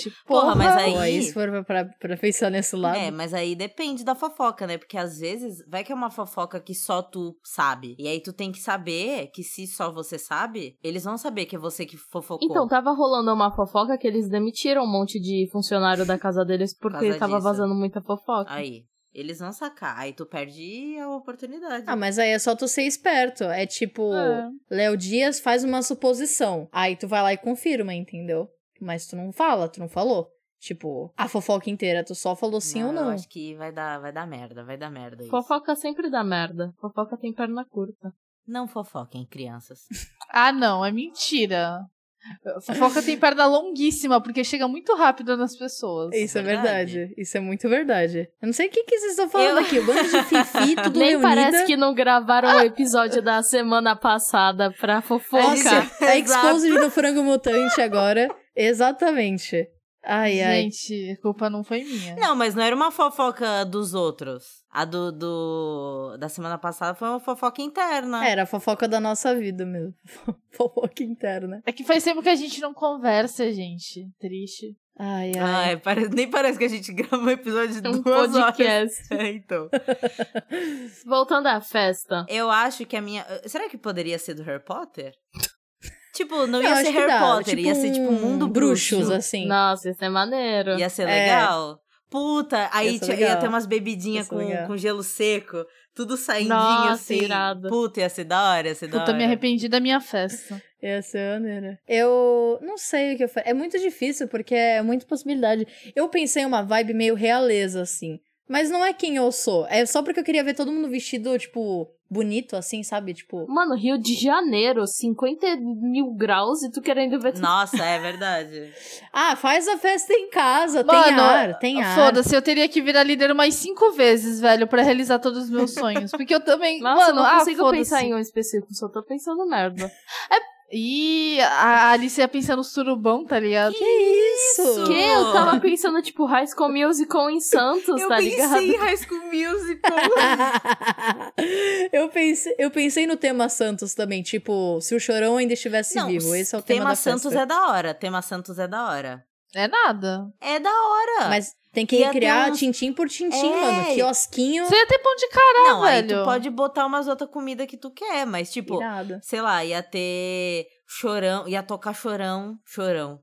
internet. Porra, Porra, mas Pô, aí, aí. se for pra, pra, pra pensar nesse lado. É, mas aí depende da fofoca, né? Porque às vezes vai que é uma fofoca que só tu sabe. E aí tu tem que saber que se só você sabe, eles vão saber que é você que fofocou. Então, tava rolando uma fofoca que eles demitiram um monte de funcionário da casa deles porque causa tava disso. vazando muita fofoca. Aí, eles vão sacar. Aí tu perde a oportunidade. Ah, mas aí é só tu ser esperto. É tipo, É. Léo Dias faz uma suposição. Aí tu vai lá e confirma, entendeu? Mas tu não fala, tu não falou. Tipo, a fofoca inteira, tu só falou sim ou Eu não. acho que vai dar, vai dar merda, vai dar merda isso. Fofoca sempre dá merda. Fofoca tem perna curta. Não fofoquem, crianças. Ah, não, é mentira. Fofoca tem perna longuíssima, porque chega muito rápido nas pessoas. Isso é Verdade. verdade. Isso é muito verdade. Eu não sei o que, que vocês estão Eu- falando aqui. O bando de fifi, tudo Nem reunida. parece que não gravaram o episódio da semana passada pra fofoca. Nossa, é Exposed do frango mutante agora. Exatamente. Ai, ai. Gente, a culpa não foi É. minha. Não, mas não era uma fofoca dos outros. A do, do- da semana passada foi uma fofoca interna. É, Era a fofoca da nossa vida mesmo. Fofoca né? interna. É que faz tempo que a gente não conversa, gente. Triste. Ai, ai. Ai, pare- nem parece que a gente gravou um episódio de um duas horas. podcast. É, então. Voltando à festa. Eu acho que a minha. Será que poderia ser do Harry Potter? Tipo, não Eu ia acho ser que Harry dá, Potter, ia tipo ser tipo um mundo bruxo. bruxos, assim. Nossa, isso é maneiro. Ia ser É. legal. Puta, aí Ia ser tinha- ia legal. ter umas Ia bebidinhas ser com, legal. com gelo seco, tudo saindo Nossa, assim. irado. Puta, ia ser da hora, ia ser da hora. Puta, me arrependi da minha festa. Ia ser maneiro. Eu não sei o que eu faria. É muito difícil, porque é muita possibilidade. Eu pensei em uma vibe meio realeza, assim. Mas não é quem eu sou. É só porque eu queria ver todo mundo vestido, tipo, bonito, assim, sabe? Tipo. Mano, Rio de Janeiro, 50 mil graus e tu querendo ver tudo. Nossa, é verdade. Ah, faz a festa em casa. tem Mano, ar, tem ar. Foda-se, eu teria que virar líder umas cinco vezes, velho, pra realizar todos os meus sonhos. Porque eu também. Nossa, mano, eu não ah, consigo foda-se. pensar em um específico, só tô pensando merda. Ih, a Alice ia pensar no surubão, tá ligado? Isso! que eu tava pensando, tipo, High School Musical em Santos, Eu tá pensei ligado? em High School Musical. eu, pensei, eu pensei no tema Santos também. Tipo, se o Chorão ainda estivesse Não, vivo. Esse é o tema, da festa. Santos é da hora. Tema Santos é da hora. É nada. É da hora. Mas tem que Ia ter criar uns- tintim por tintim, É. mano. Quiosquinho. Você ia ter pão de cará, tá, não, aí velho. tu pode botar umas outras comidas que tu quer, mas tipo, Irado. sei lá, ia ter chorão, ia tocar chorão, chorão.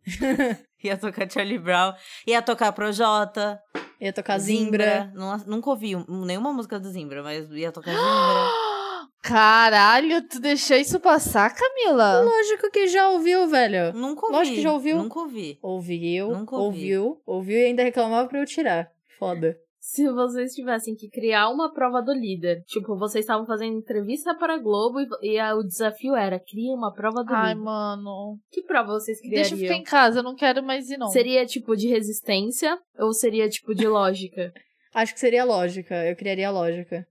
ia tocar Charlie Brown, ia tocar Projota, Ia tocar Zimbra. Não- nunca ouvi um- nenhuma música do Zimbra, mas ia tocar Zimbra. Caralho, tu deixou isso passar, Camila? Lógico que já ouviu, velho. nunca ouvi. Lógico que já ouviu. Nunca ouvi. Ouviu, Nunca ouvi. ouviu, ouviu e ainda reclamava pra eu tirar. Foda. Se vocês tivessem que criar uma prova do líder, tipo, vocês estavam fazendo entrevista para a Globo e, e a- o desafio era cria uma prova do Ai, líder. mano. Que prova vocês Deixa eu ficar criariam? em casa, eu não quero mais ir, não. Seria tipo de resistência ou seria tipo de lógica? Acho que seria lógica. Eu criaria lógica.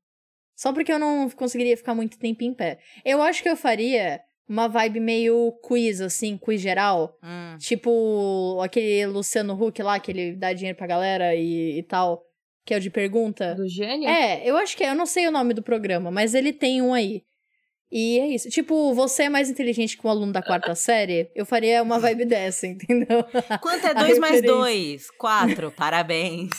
Só porque eu não conseguiria ficar muito tempo em pé. Eu acho que eu faria uma vibe meio quiz, assim, quiz geral. Hum. Tipo aquele Luciano Huck lá, que ele dá dinheiro pra galera e, e tal. Que é o de pergunta. do gênio? É, eu acho que é. Eu não sei o nome do programa, mas ele tem um aí. E é isso. Tipo, você é mais inteligente que um aluno da quarta série? Eu faria uma vibe dessa, entendeu? Quanto é A dois mais referência. dois? Quatro. Parabéns.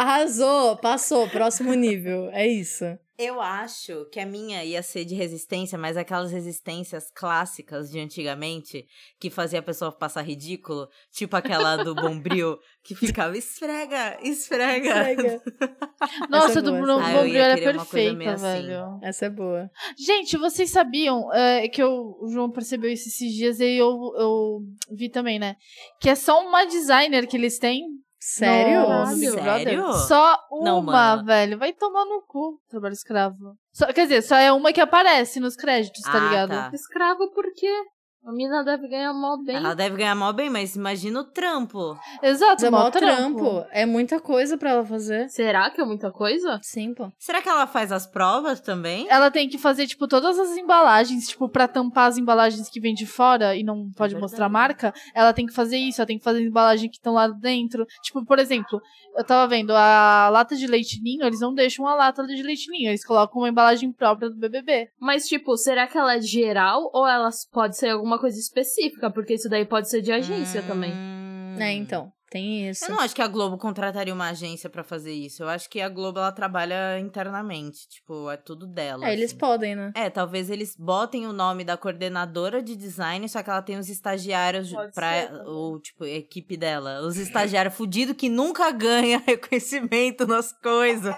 Arrasou, passou, próximo nível. É isso. Eu acho que a minha ia ser de resistência, mas aquelas resistências clássicas de antigamente, que fazia a pessoa passar ridículo, tipo aquela do Bombril, que ficava esfrega, esfrega. Chega. Nossa, Essa é a do boa, Bruno essa. Ah, eu ia Bombril era querer uma coisa meio perfeita, assim. velho. Essa é boa. Gente, vocês sabiam é, que eu, o João percebeu isso esses dias e eu, eu vi também, né? Que é só uma designer que eles têm. Sério? No, no Big Sério? Brother. Só Não, uma, mano. velho. Vai tomar no cu, trabalho escravo. Só- quer dizer, só é uma que aparece nos créditos, tá Ah, ligado? tá. Escravo por quê? A mina deve ganhar mal bem. Ela deve ganhar mal bem, mas imagina o trampo. Exato, Mas é mó trampo. trampo. É muita coisa pra ela fazer. Será que é muita coisa? Sim, pô. Será que ela faz as provas também? Ela tem que fazer, tipo, todas as embalagens, tipo, pra tampar as embalagens que vem de fora e não pode verdade. mostrar a marca, ela tem que fazer isso, ela tem que fazer as embalagens que estão lá dentro. Tipo, por exemplo, eu tava vendo a lata de leite ninho, eles não deixam a lata de leite ninho, eles colocam uma embalagem própria do BBB. Mas, tipo, será que ela é geral ou ela pode ser alguma coisa específica? Porque isso daí pode ser de agência também. Hum. É, então. Tem isso. Eu não acho que a Globo contrataria uma agência pra fazer isso. Eu acho que a Globo ela trabalha internamente, tipo, é tudo dela. É, eles assim. podem, né? É, talvez eles botem o nome da coordenadora de design, só que ela tem os estagiários Pode ser pra. também. Ou, tipo, a equipe dela. Os estagiários fudidos que nunca ganha reconhecimento nas coisas.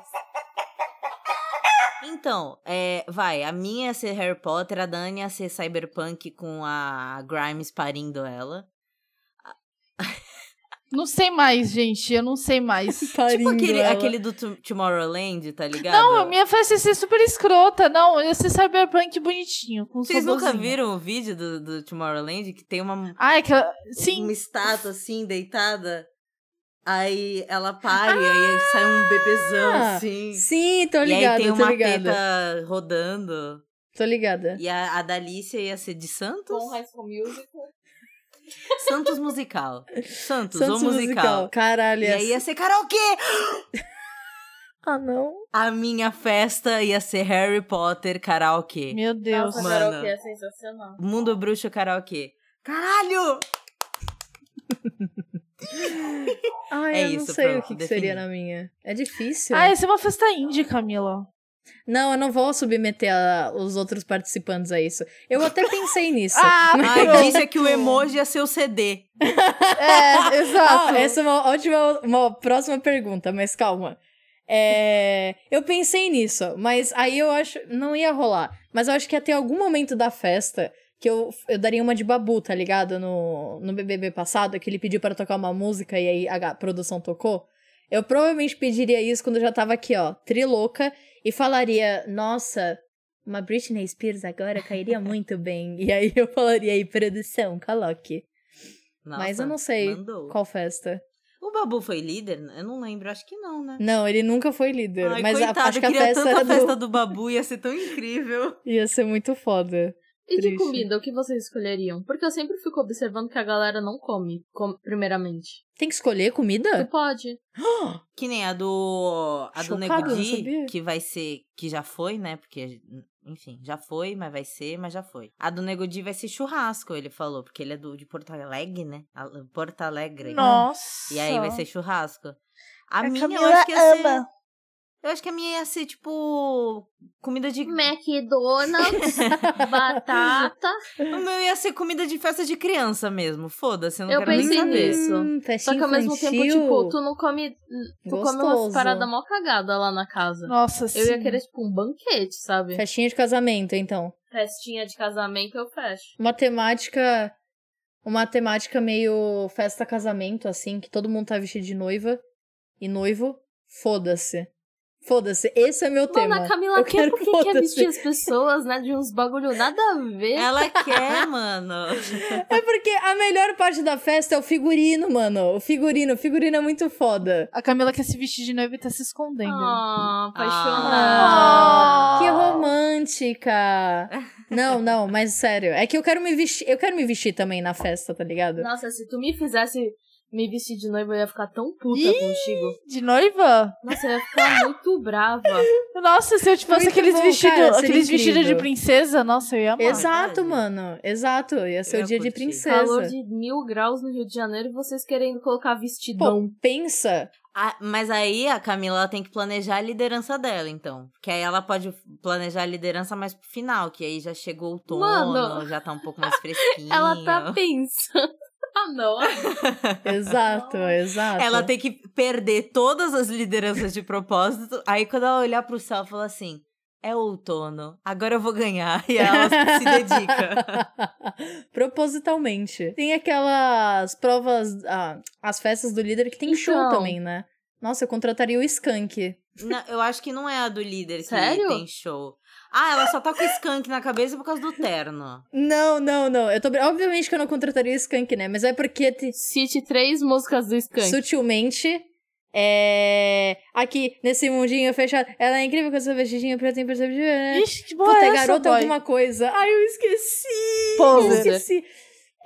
Então, é, vai, a minha ia ser Harry Potter, a Dani ia ser Cyberpunk com a Grimes parindo ela. Não sei mais, gente, eu não sei mais. tipo Parindo aquele, ela. aquele do Tu- Tomorrowland, tá ligado? Não, a minha festa ia ser super escrota, não, ia ser cyberpunk bonitinho, com Vocês nunca robozinho. viram o vídeo do, do Tomorrowland que tem uma Ah, é que ela... Sim, uma estátua assim, deitada. Aí ela para e aí sai um bebezão assim. Ah! Sim, tô e aí ligada, tem tô uma ligada. teta rodando. Tô ligada. E a, a Dalícia ia ser de Santos? School Musical. Santos musical. Santos, Santos ou um musical. Caralho. E aí é ia essa- ser karaokê! Ah, não. A minha festa ia ser Harry Potter karaokê. meu Deus. Nossa, Mano. karaokê é sensacional. Mundo bruxo karaokê. Caralho! Ai, É eu isso, não sei pronto, o que, que defini. seria na minha. É difícil. Ah, ia ser uma festa indie, Camila. Não, eu não vou submeter a- os outros participantes a isso. Eu até pensei nisso. Ah, Ai, pronto. disse que o emoji é seu CD. É, Ah, exato. essa é uma ótima, uma próxima pergunta, mas calma. É, eu pensei nisso, mas aí eu acho. Não ia rolar. Mas eu acho que ia ter algum momento da festa que eu, eu daria uma de babu, tá ligado? No, no BBB passado, que ele pediu pra tocar uma música e aí a ga- produção tocou. Eu provavelmente pediria isso quando eu já tava aqui, ó, trilouca, e falaria: Nossa, uma Britney Spears agora cairia muito bem. E aí eu falaria aí, produção, caloque. Mas Nossa, eu não sei mandou. qual festa. O Babu foi líder? Eu não lembro, acho que não, né? Não, ele nunca foi líder. Ai, mas a- coitado, acho eu que a queria festa, tanto a do- festa do Babu, ia ser tão incrível. ia ser muito foda. E de Triste. comida, o que vocês escolheriam? Porque eu sempre fico observando que a galera não come, com- primeiramente. Tem que escolher Tu comida? pode. Que nem a do. A do Chocada, não Negudi, sabia. que vai ser. Que já foi, né? Porque. Enfim, já foi, mas vai ser, mas já foi. A do Negudi vai ser churrasco, ele falou, porque ele é do, de Porto Alegre, né? A- Porto Alegre. Nossa. E aí vai ser churrasco. A, A minha eu Camila acho que ia ser. ama. Eu acho que a minha ia ser, tipo. Comida de. McDonald's, batata. O meu ia ser comida de festa de criança mesmo. Foda-se, eu não Eu quero nem pensei saber. nisso. Hum, festinha Só que ao mesmo tempo, infantil. tipo, tu não come. Tu come umas Gostoso. paradas mó cagada lá na casa. Nossa, sim. Eu ia querer, tipo, um banquete, sabe? Festinha de casamento, então. Festinha de casamento eu fecho. Uma temática... Uma temática meio festa-casamento, assim, que todo mundo tá vestido de noiva e noivo. Foda-se. Foda-se. Esse é meu Mano, tema. a Camila eu quer quero porque quer foda-se. é vestir as pessoas, né? De uns bagulho nada a ver. Ela quer, mano. É porque a melhor parte da festa é o figurino, mano. O figurino. O figurino é muito foda. A Camila quer se vestir de noiva e tá se escondendo. Ah, apaixonada. Ah. Que romântica! Não, não, mas sério. É que eu quero me vestir. Eu quero me vestir também na festa, tá ligado? Nossa, se tu me fizesse me vestir de noiva, eu ia ficar tão puta Ih! contigo. De noiva? Nossa, eu ia ficar muito brava. Nossa, se eu tivesse Muito aqueles bom, vestidos cara, seria aqueles vestidos de incrível. princesa, nossa, eu ia amar. Exato, verdade. mano. Exato. Ia ser Eu o dia de curti. princesa. Calor de mil graus no Rio de Janeiro e vocês querendo colocar vestidão. Pô, pensa. Ah, mas aí a Camila ela tem que planejar a liderança dela, então. Porque aí ela pode planejar a liderança mais pro final, que aí já chegou o outono, Mano. já tá um pouco mais fresquinho. Ela tá pensando. Ah, não. Exato, exato. Ela tem que perder todas as lideranças de propósito. Aí quando ela olhar pro céu, ela fala assim: é outono, agora eu vou ganhar. E ela se dedica. Propositalmente. Tem aquelas provas, ah, as festas do líder que tem show Então. também, né? Nossa, eu contrataria o Skank. Não, eu acho que não é a do líder que Sério? tem show. Ah, ela só tá com skunk na cabeça por causa do terno. Não, não, não. Eu tô... brin- Obviamente que eu não contrataria o Skank, né? Mas é porque te- Cite três músicas do Skank. sutilmente. É... Aqui, nesse mundinho fechado. Ela é incrível com essa vestidinha preta imperceptível. né? Ixi, que boa Puta, é é essa, garota boy? alguma coisa. Ai, eu esqueci. Eu Poser. esqueci.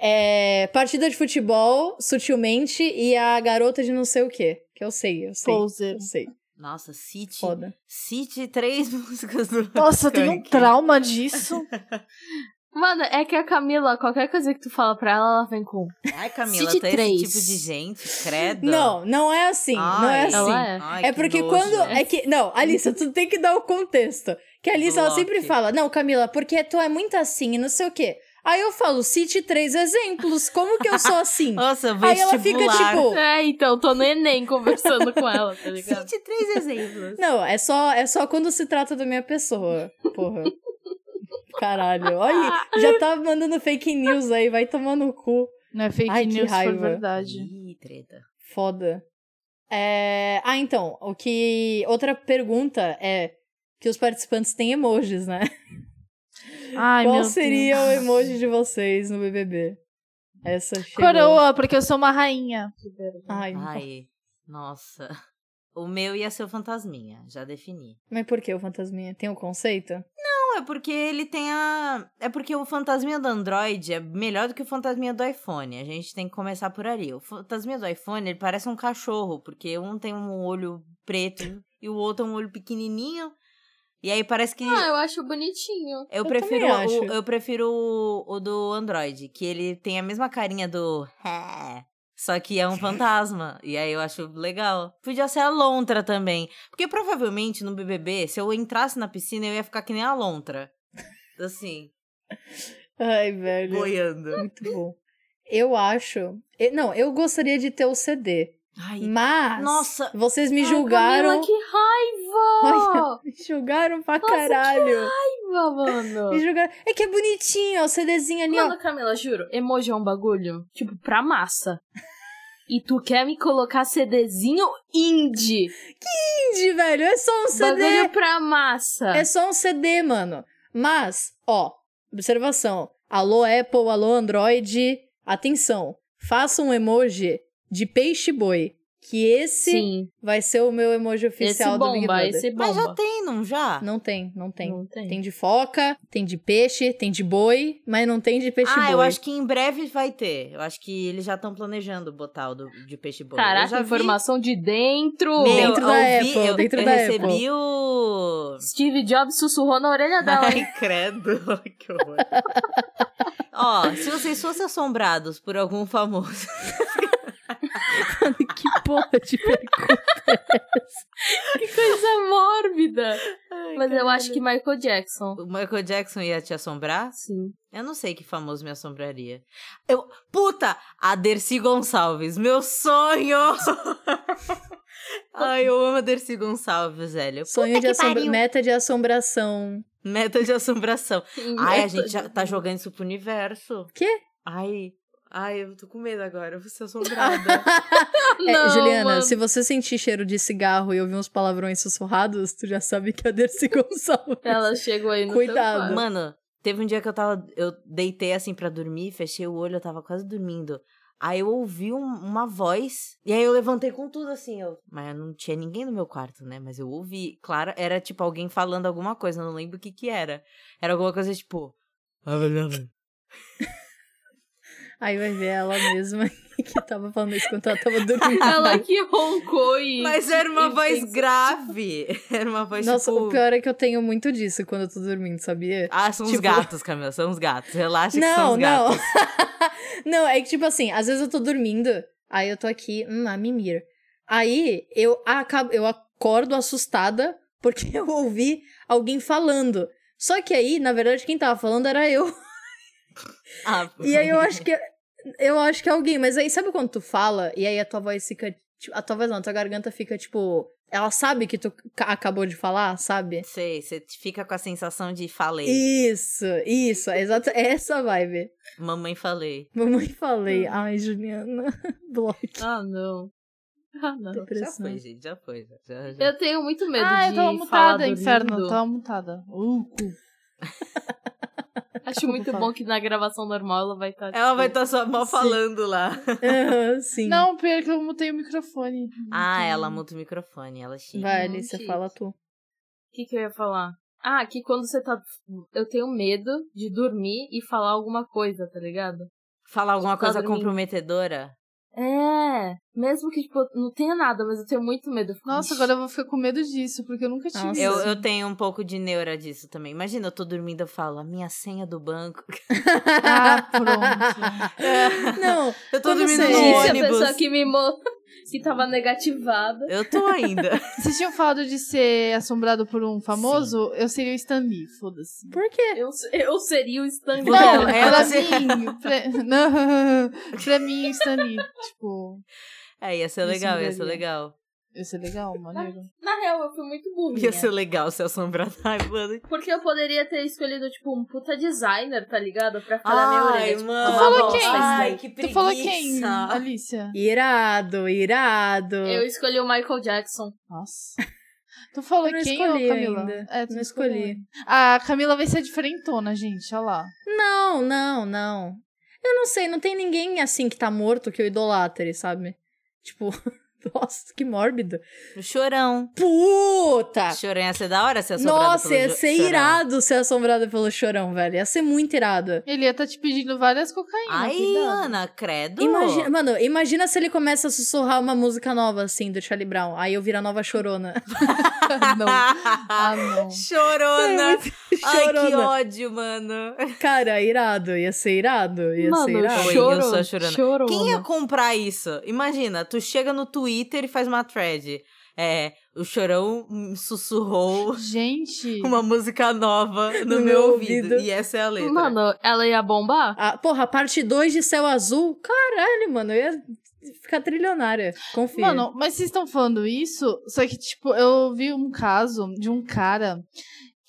É... Partida de futebol, sutilmente, e a garota de não sei o quê. Que eu sei, eu sei. Poser. Eu sei. Nossa, City. Foda. Cite três músicas do Nossa, eu tenho um Skank. trauma disso. Mano, é que a Camila, qualquer coisa que tu fala pra ela, ela vem com. Ai, Camila, Cite tá três. esse tipo de gente, credo. Não, não é assim. não é Ai, assim. Ela é? ai, que É porque nojo. né? quando. É que. Não, Alissa, tu tem que dar o contexto. Que a Alissa, ela Bloque. sempre fala: Não, Camila, porque tu é muito assim e não sei o quê. Aí eu falo: Cite três exemplos. Como que eu sou assim? Nossa, vestibular. Aí ela fica tipo. É, então, tô no Enem conversando com ela, tá ligado? Cite três exemplos. Não, é só, é só quando se trata da minha pessoa. Porra. Caralho. Olha, já tá mandando fake news aí, vai tomar no cu. Não é fake Ai, que news, foi raiva. verdade. Ih, treta. Foda. É... Ah, então, o que. Outra pergunta é que os participantes têm emojis, né? Ai, Qual meu seria Deus. o emoji de vocês no BBB? Essa chegou. Coroa, porque eu sou uma rainha. Ai, Ai, nossa. O meu ia ser o fantasminha, já defini. mas por que o fantasminha? Tem um conceito? Não, é porque ele tem a. É porque o fantasminha do Android é melhor do que o fantasminha do iPhone. A gente tem que começar por ali. O fantasminha do iPhone, ele parece um cachorro, porque um tem um olho preto e o outro é um olho pequenininho. E aí parece que. Ah, eu acho bonitinho. Eu Eu prefiro, também acho. o, eu prefiro o, o do Android, que ele tem a mesma carinha do. Só que é um fantasma. E aí eu acho legal. Podia ser a lontra também. Porque provavelmente no BBB, se eu entrasse na piscina, eu ia ficar que nem a lontra. Assim, Ai, velho. boiando. Muito bom. Eu acho. eu- não, eu gostaria de ter o CD. Hum, Ai, Mas. Nossa. Vocês me Ai, julgaram. Camila, que raiva! Me julgaram pra Nossa, que caralho. Raiva, mano. Me julgaram. É que é bonitinho, ó, o CDzinho ali, ó. Mano, Camila, juro, emoji é um bagulho, tipo, pra massa. E tu quer me colocar CDzinho indie? Indie, velho. É só um CD. Bagulho pra massa. É só um CD, mano. Mas, ó, observação. Alô, Apple, alô, Android. Atenção. Faça um emoji de peixe boi. Que esse Sim, vai ser o meu emoji esse oficial do Big bomba, Brother. esse bomba. mas já tem, não já? Não tem, não tem. Não tem. Tem de foca, tem de peixe, tem de boi, mas não tem de peixe ah, boi. eu acho que em breve vai ter. Eu acho que eles já estão planejando botar o do, de peixe boi. eu Caraca, já vi- informação de dentro. Meu, Dentro eu da ouvi- Apple, eu, dentro eu da recebi o... Steve Jobs sussurrou na orelha dela. hein? Ai, credo, que horror. Ó, se vocês fossem assombrados por algum famoso, que porra de pergunta. que coisa mórbida. Mas eu acho que Michael Jackson. Ah, o Michael Jackson ia te assombrar? Sim. Eu não sei que famoso me assombraria. Eu, puta, a Dercy Gonçalves, meu sonho! Ai, eu amo a Dercy Gonçalves, velho. Sonho Puta de que assombra... pariu. meta de assombração. Meta de assombração. Sim, Ai, eu a tô- gente já tá jogando isso pro universo. Quê? Ai, ai, eu tô com medo agora, eu vou ser assombrada. É, Não, Juliana, mano. se você sentir cheiro de cigarro e ouvir uns palavrões sussurrados, tu já sabe que é a Dercy Gonçalves. Ela chegou aí no Cuidado. teu quarto. Mano, teve um dia que eu tava. Eu deitei assim pra dormir, fechei o olho, eu tava quase dormindo. Aí eu ouvi um- uma voz. E aí eu levantei com tudo assim. Eu... Mas não tinha ninguém no meu quarto, né? Mas eu ouvi. Claro, era tipo alguém falando alguma coisa, eu não lembro o que que era. Era alguma coisa tipo. Aí vai ver ela mesma que tava falando isso quando ela tava dormindo. Ela que roncou e... Mas era uma e voz fez- grave. Era uma voz tipo, Nossa, tipo. o pior é que eu tenho muito disso quando eu tô dormindo, sabia? Ah, são os tipo- gatos, Camila, são os gatos. Relaxa que são Não, os gatos. não. não, é que tipo assim, às vezes eu tô dormindo, aí eu tô aqui, hum, a mimir. Aí eu acabo, eu acordo assustada porque eu ouvi alguém falando. Só que aí, na verdade, quem tava falando era eu. Ah, E aí eu acho que eu acho que é alguém, mas aí sabe quando tu fala e aí a tua voz fica tipo, a tua voz não, a tua garganta fica tipo, ela sabe que tu ca- acabou de falar, sabe? Sei, você fica com a sensação de falei. Isso, isso, é exato, é essa vibe. Mamãe falei. Mamãe falei, ai, Juliana, bloco. Ah, não. Ah, não. Já Depressão. foi, gente, já foi. já- já- já. Eu tenho muito medo ah, de eu tava falar mutada, dormindo. inferno. Tava mutada. Uh, cu. Acho muito bom que na gravação normal ela vai tá, tipo, estar... Ela vai estar só mal Sim. falando lá. Aham, sim. Não, pior que eu mutei o microfone. Ah, ela muta o microfone, ela chica. Vai, Não, Alice, X. fala tu. O que, que eu ia falar? Ah, que quando você tá... Eu tenho medo de dormir e falar alguma coisa, tá ligado? Fala alguma Tá coisa dormindo. comprometedora? É, mesmo que, tipo, não tenha nada, mas eu tenho muito medo. Eu fico, Nossa, "Ixi, agora eu vou ficar com medo disso, porque eu nunca tive Nossa. Eu, isso. eu tenho um pouco de neura disso também. Imagina, eu tô dormindo, eu falo, a minha senha do banco. Ah, pronto. É. Não, Eu tô Quando dormindo você- no Gente, a ônibus. pessoa que mimou, que tava negativada. Eu tô ainda. Vocês tinham falado de ser assombrado por um famoso? Eu seria o Stan Lee, foda-se. por quê? Eu, eu seria o Stan Lee. Não, Ela- pra ela- mim, pra... Não, pra mim, o Stan Lee. Tipo, É, ia ser Isso legal, ia mudaria. ser legal. isso é legal, maneiro. Na real, eu fui muito burrinha. Ia ser legal se assombrado. Ai, mano. Porque eu poderia ter escolhido, tipo, um puta designer, tá ligado? Pra falar minha orelha. Ai, Tipo, mano. uma falou bosta, quem? isso daí. Ai, que Tu preguiça. falou quem, Alicia? Irado, irado. Eu escolhi o Michael Jackson. Nossa. Tu falou Eu não quem, escolhi ô, Camila? ainda. É, tu Não escolhi. escolheu. Ah, a Camila vai ser diferentona, gente, olha lá. Não, não, não. Eu não sei, não tem ninguém assim que tá morto que eu idolatre, sabe? Tipo, Nossa, que mórbido. O chorão. Puta! Chorão ia ser da hora ser assombrado Nossa, Tá. pelo ia jo- ser chorão. irado ser assombrada pelo chorão, velho. Ia ser muito irado. Ele ia estar te pedindo várias cocaína. Ai, cuidado. Ana, credo. Imagina, mano, imagina se ele começa a sussurrar uma música nova, assim, do Charlie Brown. Aí eu viro a nova chorona. Ah, não. Ah, não. Chorona. Ai, que Chorona. ódio, mano. Cara, irado. Ia ser irado. Ia ser Mano, irado. Oi, eu chorou, sou a chorona. chorou. Quem é ia comprar isso? Imagina, tu chega no Twitter e faz uma thread. É, o chorão hum, sussurrou Gente. uma música nova no, meu, ouvido. E essa é a letra. Mano, ela ia bombar? Ah, porra, a parte 2 de Céu Azul. Caralho, mano. Eu ia ficar trilionária. Confia. Mano, mas vocês estão falando isso? Só que, tipo, eu vi um caso de um cara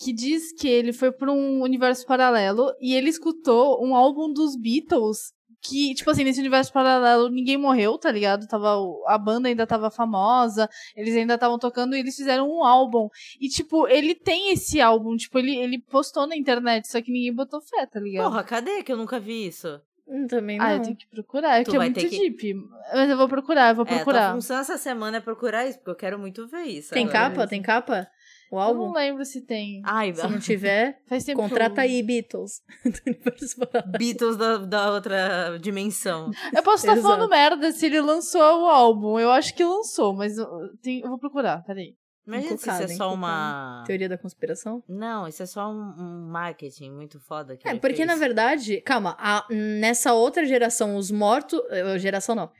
que diz que ele foi pra um universo paralelo e ele escutou um álbum dos Beatles. Que, tipo assim, nesse universo paralelo ninguém morreu, tá ligado? Tava, o- a banda ainda tava famosa, eles ainda estavam tocando e eles fizeram um álbum. E, tipo, ele tem esse álbum, tipo, ele, ele postou na internet, só que ninguém botou fé, tá ligado? Porra, cadê que eu nunca vi isso? Hum, também não. ah, eu tenho que procurar, é Tu que é vai muito ter que- deep. Mas eu vou procurar, eu vou É, tua procurar. função essa semana é procurar isso, porque eu quero muito ver isso. Tem agora. capa? Tem capa? O Eu não álbum? lembro se tem. Ai, Se não tiver, Faz tempo contrata um que eu... aí, Beatles. Do universo paralelo. Beatles da, da outra dimensão. Eu posso estar falando Exato. merda se ele lançou o álbum. Eu acho que lançou, mas eu, tem- eu vou procurar, peraí. Imagina se isso é Encucado, só uma. Teoria da conspiração? Não, isso é só um, um marketing muito foda. Que É, ele porque na fez. verdade, calma, a- nessa outra geração, os mortos. eh, Geração não.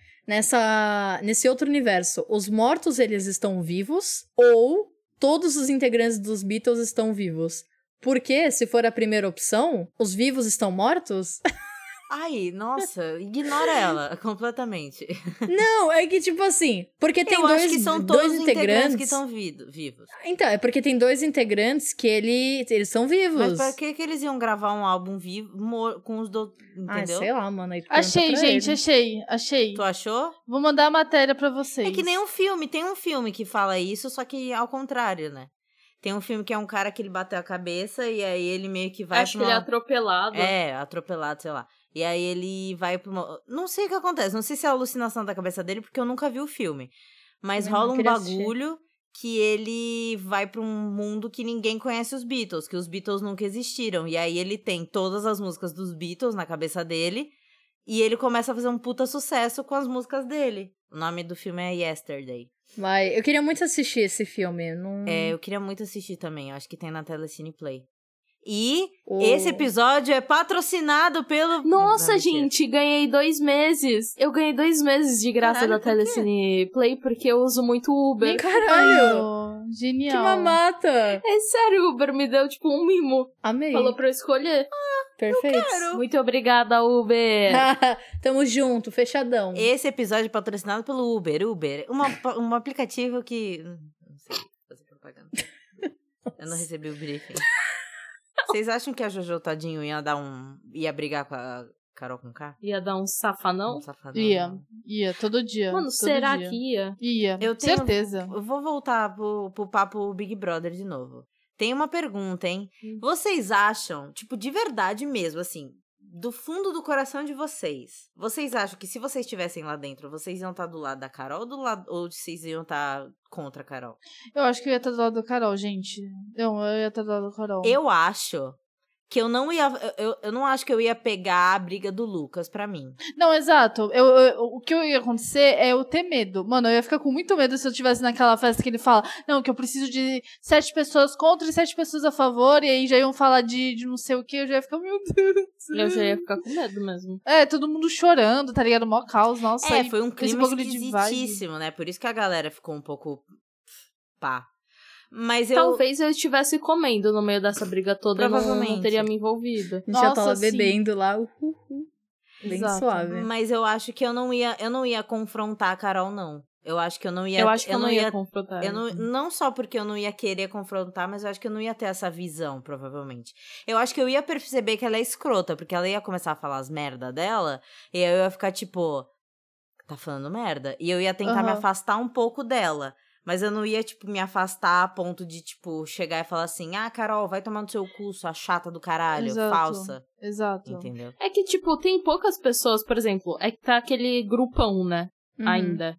Nessa, nesse outro universo, os mortos eles estão vivos ou todos os integrantes dos Beatles estão vivos? Porque, se for a primeira opção, os vivos estão mortos? Ai, nossa, ignora ela completamente. não, é que tipo assim. Porque tem eu dois, acho que são dois todos os integrantes que estão vido- vivos. Então, é porque tem dois integrantes que ele, eles são vivos. Mas pra que, que eles iam gravar um álbum vivo mo- com os do... Ah, Entendeu? sei lá, mano. aí pergunta Achei, pra gente, ele. achei, achei. Tu achou? Vou mandar a matéria pra vocês. É que nem um filme. Tem um filme que fala isso, só que ao contrário, né? Tem um filme que é um cara que ele bateu a cabeça e aí ele meio que vai Acho que pra ele é uma... atropelado. É, atropelado, sei lá. E aí ele vai pra uma... Não sei o que acontece, não sei se é alucinação da cabeça dele, porque eu nunca vi o filme. Mas Também não, rola um queria assistir. bagulho que ele vai pra um mundo que ninguém conhece os Beatles, que os Beatles nunca existiram. E aí ele tem todas as músicas dos Beatles na cabeça dele, e ele começa a fazer um puta sucesso com as músicas dele. O nome do filme é Yesterday. Mas eu queria muito assistir esse filme. Não... É, eu queria muito assistir também, eu acho que tem na Telecine Play. E O- esse episódio é patrocinado pelo. Nossa, Não, mentira. gente, ganhei dois meses. Eu ganhei dois meses de graça Caralho, da por quê? Telecine Play porque eu uso muito Uber. Nem Caralho! Caralho, Que Genial. mamata! É sério, Uber me deu tipo um mimo. Amei. Falou pra eu escolher. Perfeito. Muito obrigada, Uber. É. Tamo junto, fechadão. Esse episódio é patrocinado pelo Uber. Uber, uma, um aplicativo que. hum, Não sei fazer propaganda. Eu não recebi o briefing. Vocês acham que a Jojo Tadinho ia dar um. ia brigar com a Carol com K? Ia dar um safanão? Ia. Ia, todo dia. Mano, todo será dia. que ia? Ia, Eu tenho- um- certeza. Eu vou voltar pro, pro papo Big Brother de novo. Tem uma pergunta, hein? Hum. Vocês acham, tipo, de verdade mesmo, assim, do fundo do coração de vocês, vocês acham que se vocês estivessem lá dentro, vocês iam estar do lado da Carol ou, do lado, ou vocês iam estar contra a Carol? Eu acho que eu ia estar do lado da Carol, gente. Não, eu ia estar do lado da Carol. Eu acho que eu não ia. Eu, eu- eu não acho que eu ia pegar a briga do Lucas pra mim. Não, exato. Eu, eu- o que eu ia acontecer é eu ter medo. Mano, eu ia ficar com muito medo se eu tivesse naquela festa que ele fala, não, que eu preciso de sete pessoas contra e sete pessoas a favor, e aí já iam falar de, de não sei o que, eu já ia ficar, meu Deus. Eu já ia ficar com medo mesmo. É, todo mundo chorando, tá ligado? Mó caos, nossa. é, e- foi um clima bagulho de vibe. esquisitíssimo, né? Por isso que a galera ficou um pouco. pá. Mas eu. Talvez eu estivesse comendo no meio dessa briga toda e não- não Provavelmente. teria me envolvido. A gente já Nossa, tava sim. bebendo lá, uhul, bem Exato. né? suave. Mas eu acho que eu não ia, eu não ia confrontar a Carol, não. Eu acho que eu não ia. eu acho que eu não ia, uhum. confrontar. Eu não, não só porque eu não ia querer confrontar, mas eu acho que eu não ia ter essa visão, provavelmente. Eu acho que eu ia perceber que ela é escrota, porque ela ia começar a falar as merda dela, e eu ia ficar tipo, tá falando merda? E eu ia tentar me Aham. afastar um pouco dela. Mas eu não ia, tipo, me afastar a ponto de, tipo, chegar e falar assim: ah, Carol, vai tomar no seu cu, sua chata do caralho, Exato. falsa. Exato. Entendeu? É que, tipo, tem poucas pessoas, por exemplo, é que tá aquele grupão, né? Uhum. Ainda.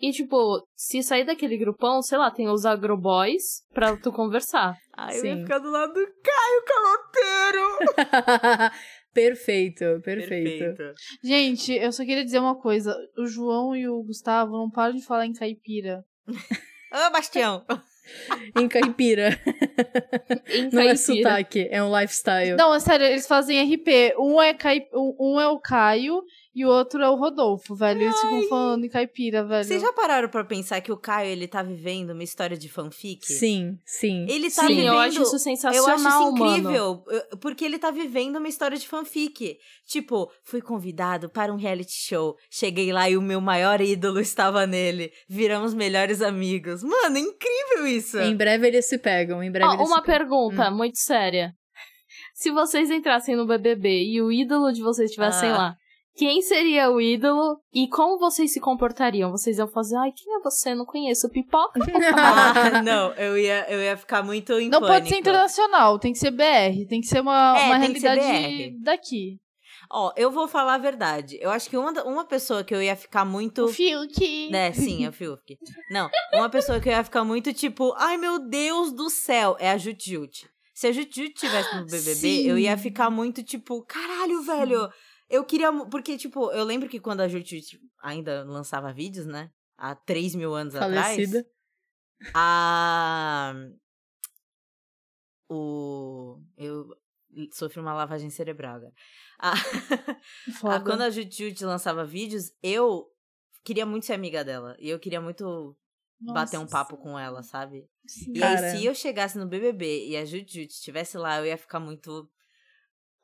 E, tipo, se sair daquele grupão, sei lá, tem os agroboys pra tu conversar. Ai, eu ia Sim. ficar do lado do Caio Caloteiro. perfeito, perfeito. Gente, eu só queria dizer uma coisa. O João e o Gustavo não param de falar em caipira. Ô, Bastião. Em caipira. Em Não é caipira. sotaque, é um lifestyle. Não, é sério, eles fazem RP. Um é, caip... um é o Caio e o outro é o Rodolfo, velho. Eles ficam falando em caipira, velho. Vocês já pararam pra pensar que o Caio, ele tá vivendo uma história de fanfic? Sim, sim. Ele tá Sim, vivendo... eu acho isso Eu sensacional, acho isso mano. incrível, eu- porque ele tá vivendo uma história de fanfic. Tipo, fui convidado para um reality show, cheguei lá e o meu maior ídolo estava nele. Viramos melhores amigos. Mano, é incrível isso! Em breve eles se pegam, em breve Ó, eles uma se pegam. pergunta Hum. muito séria. Se vocês entrassem no BBB e o ídolo de vocês estivessem Ah. lá, quem seria o ídolo e como vocês se comportariam? Vocês iam fazer, ai, quem é você? Não conheço. Pipoca? Ah, não, eu ia, eu ia ficar muito em Não pode pânico. ser internacional, tem que ser BR, tem que ser uma, É, uma tem que ser realidade daqui. Ó, eu vou falar a verdade. Eu acho que uma, da- uma pessoa que eu ia ficar muito... O Fiuk. É, sim, é o Fiuk. Não, uma pessoa que eu ia ficar muito tipo, ai meu Deus do céu, é a Jutjut. Se a Jutjut tivesse no BBB, eu ia Sim. ficar muito tipo, caralho, velho. Eu queria. mu- Porque, tipo, eu lembro que quando a Jutjut ainda lançava vídeos, né? Há 3 mil anos Falecida. atrás. A. O. Eu sofri uma lavagem cerebral agora. A... Ah, Foda. quando a Jujut lançava vídeos, eu queria muito ser amiga dela. E eu queria muito bater um Nossa, papo com ela, sabe? sim. E Cara. aí, se eu chegasse no BBB e a Jujut estivesse lá, eu ia ficar muito.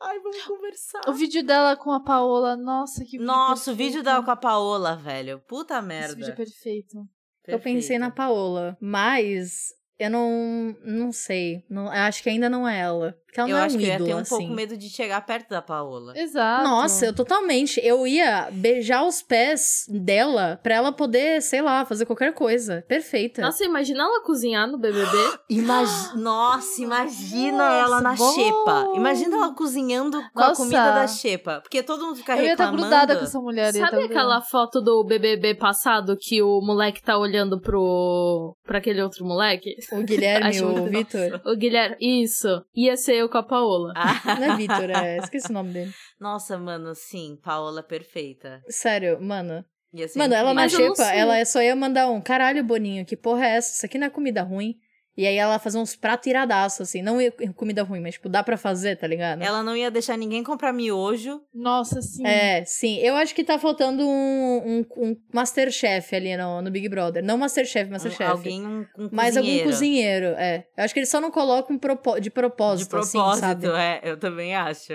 Ai, vamos conversar. O vídeo dela com a Paola, nossa, que Nossa, o vídeo dela com perfeito. a Paola, velho. Puta merda. Esse vídeo é perfeito. Eu pensei na Perfeito. Paola, mas eu não, não sei. Não, eu acho que ainda não é ela. Porque ela Eu não é acho um que eu ia ídolo, ter um assim. pouco medo de chegar perto da Paola. Exato. Nossa, eu totalmente. Eu ia beijar os pés dela pra ela poder, sei lá, fazer qualquer coisa. Perfeita. Nossa, imagina ela cozinhar no BBB. Imag... Nossa, imagina Nossa, ela na bom. xepa. Imagina ela cozinhando com a Nossa. comida da xepa. Porque todo mundo fica eu ia estar reclamando. grudada com essa mulher. eu ia Sabe tá grudada. aquela foto do BBB passado que o moleque tá olhando pro pra aquele outro moleque? O Guilherme, Acho o muito- Vitor. O Guilherme, isso. Ia ser eu com a Paola. Ah, Não é Vitor, é. Esqueci o nome dele. Nossa, mano, sim, Paola é perfeita. assim, Sério? Sério, mano. Ia ser Mano, ela na Mas eu não xepa, sei. ela é- só ia mandar um caralho, Boninho, que porra é essa? Isso aqui não é comida ruim. E aí ela fazia uns pratos iradaços, assim. Não ia comida ruim, mas, tipo, dá pra fazer, tá ligado? Ela não ia deixar ninguém comprar miojo. Nossa, sim. É, sim. Eu acho que tá faltando um, um, um Masterchef ali no, no Big Brother. Não Masterchef, Um- Masterchef. alguém, um, um Mas algum cozinheiro. cozinheiro, é. Eu acho que eles só não colocam um propo- de propósito, De propósito, assim, sabe? é, eu também acho.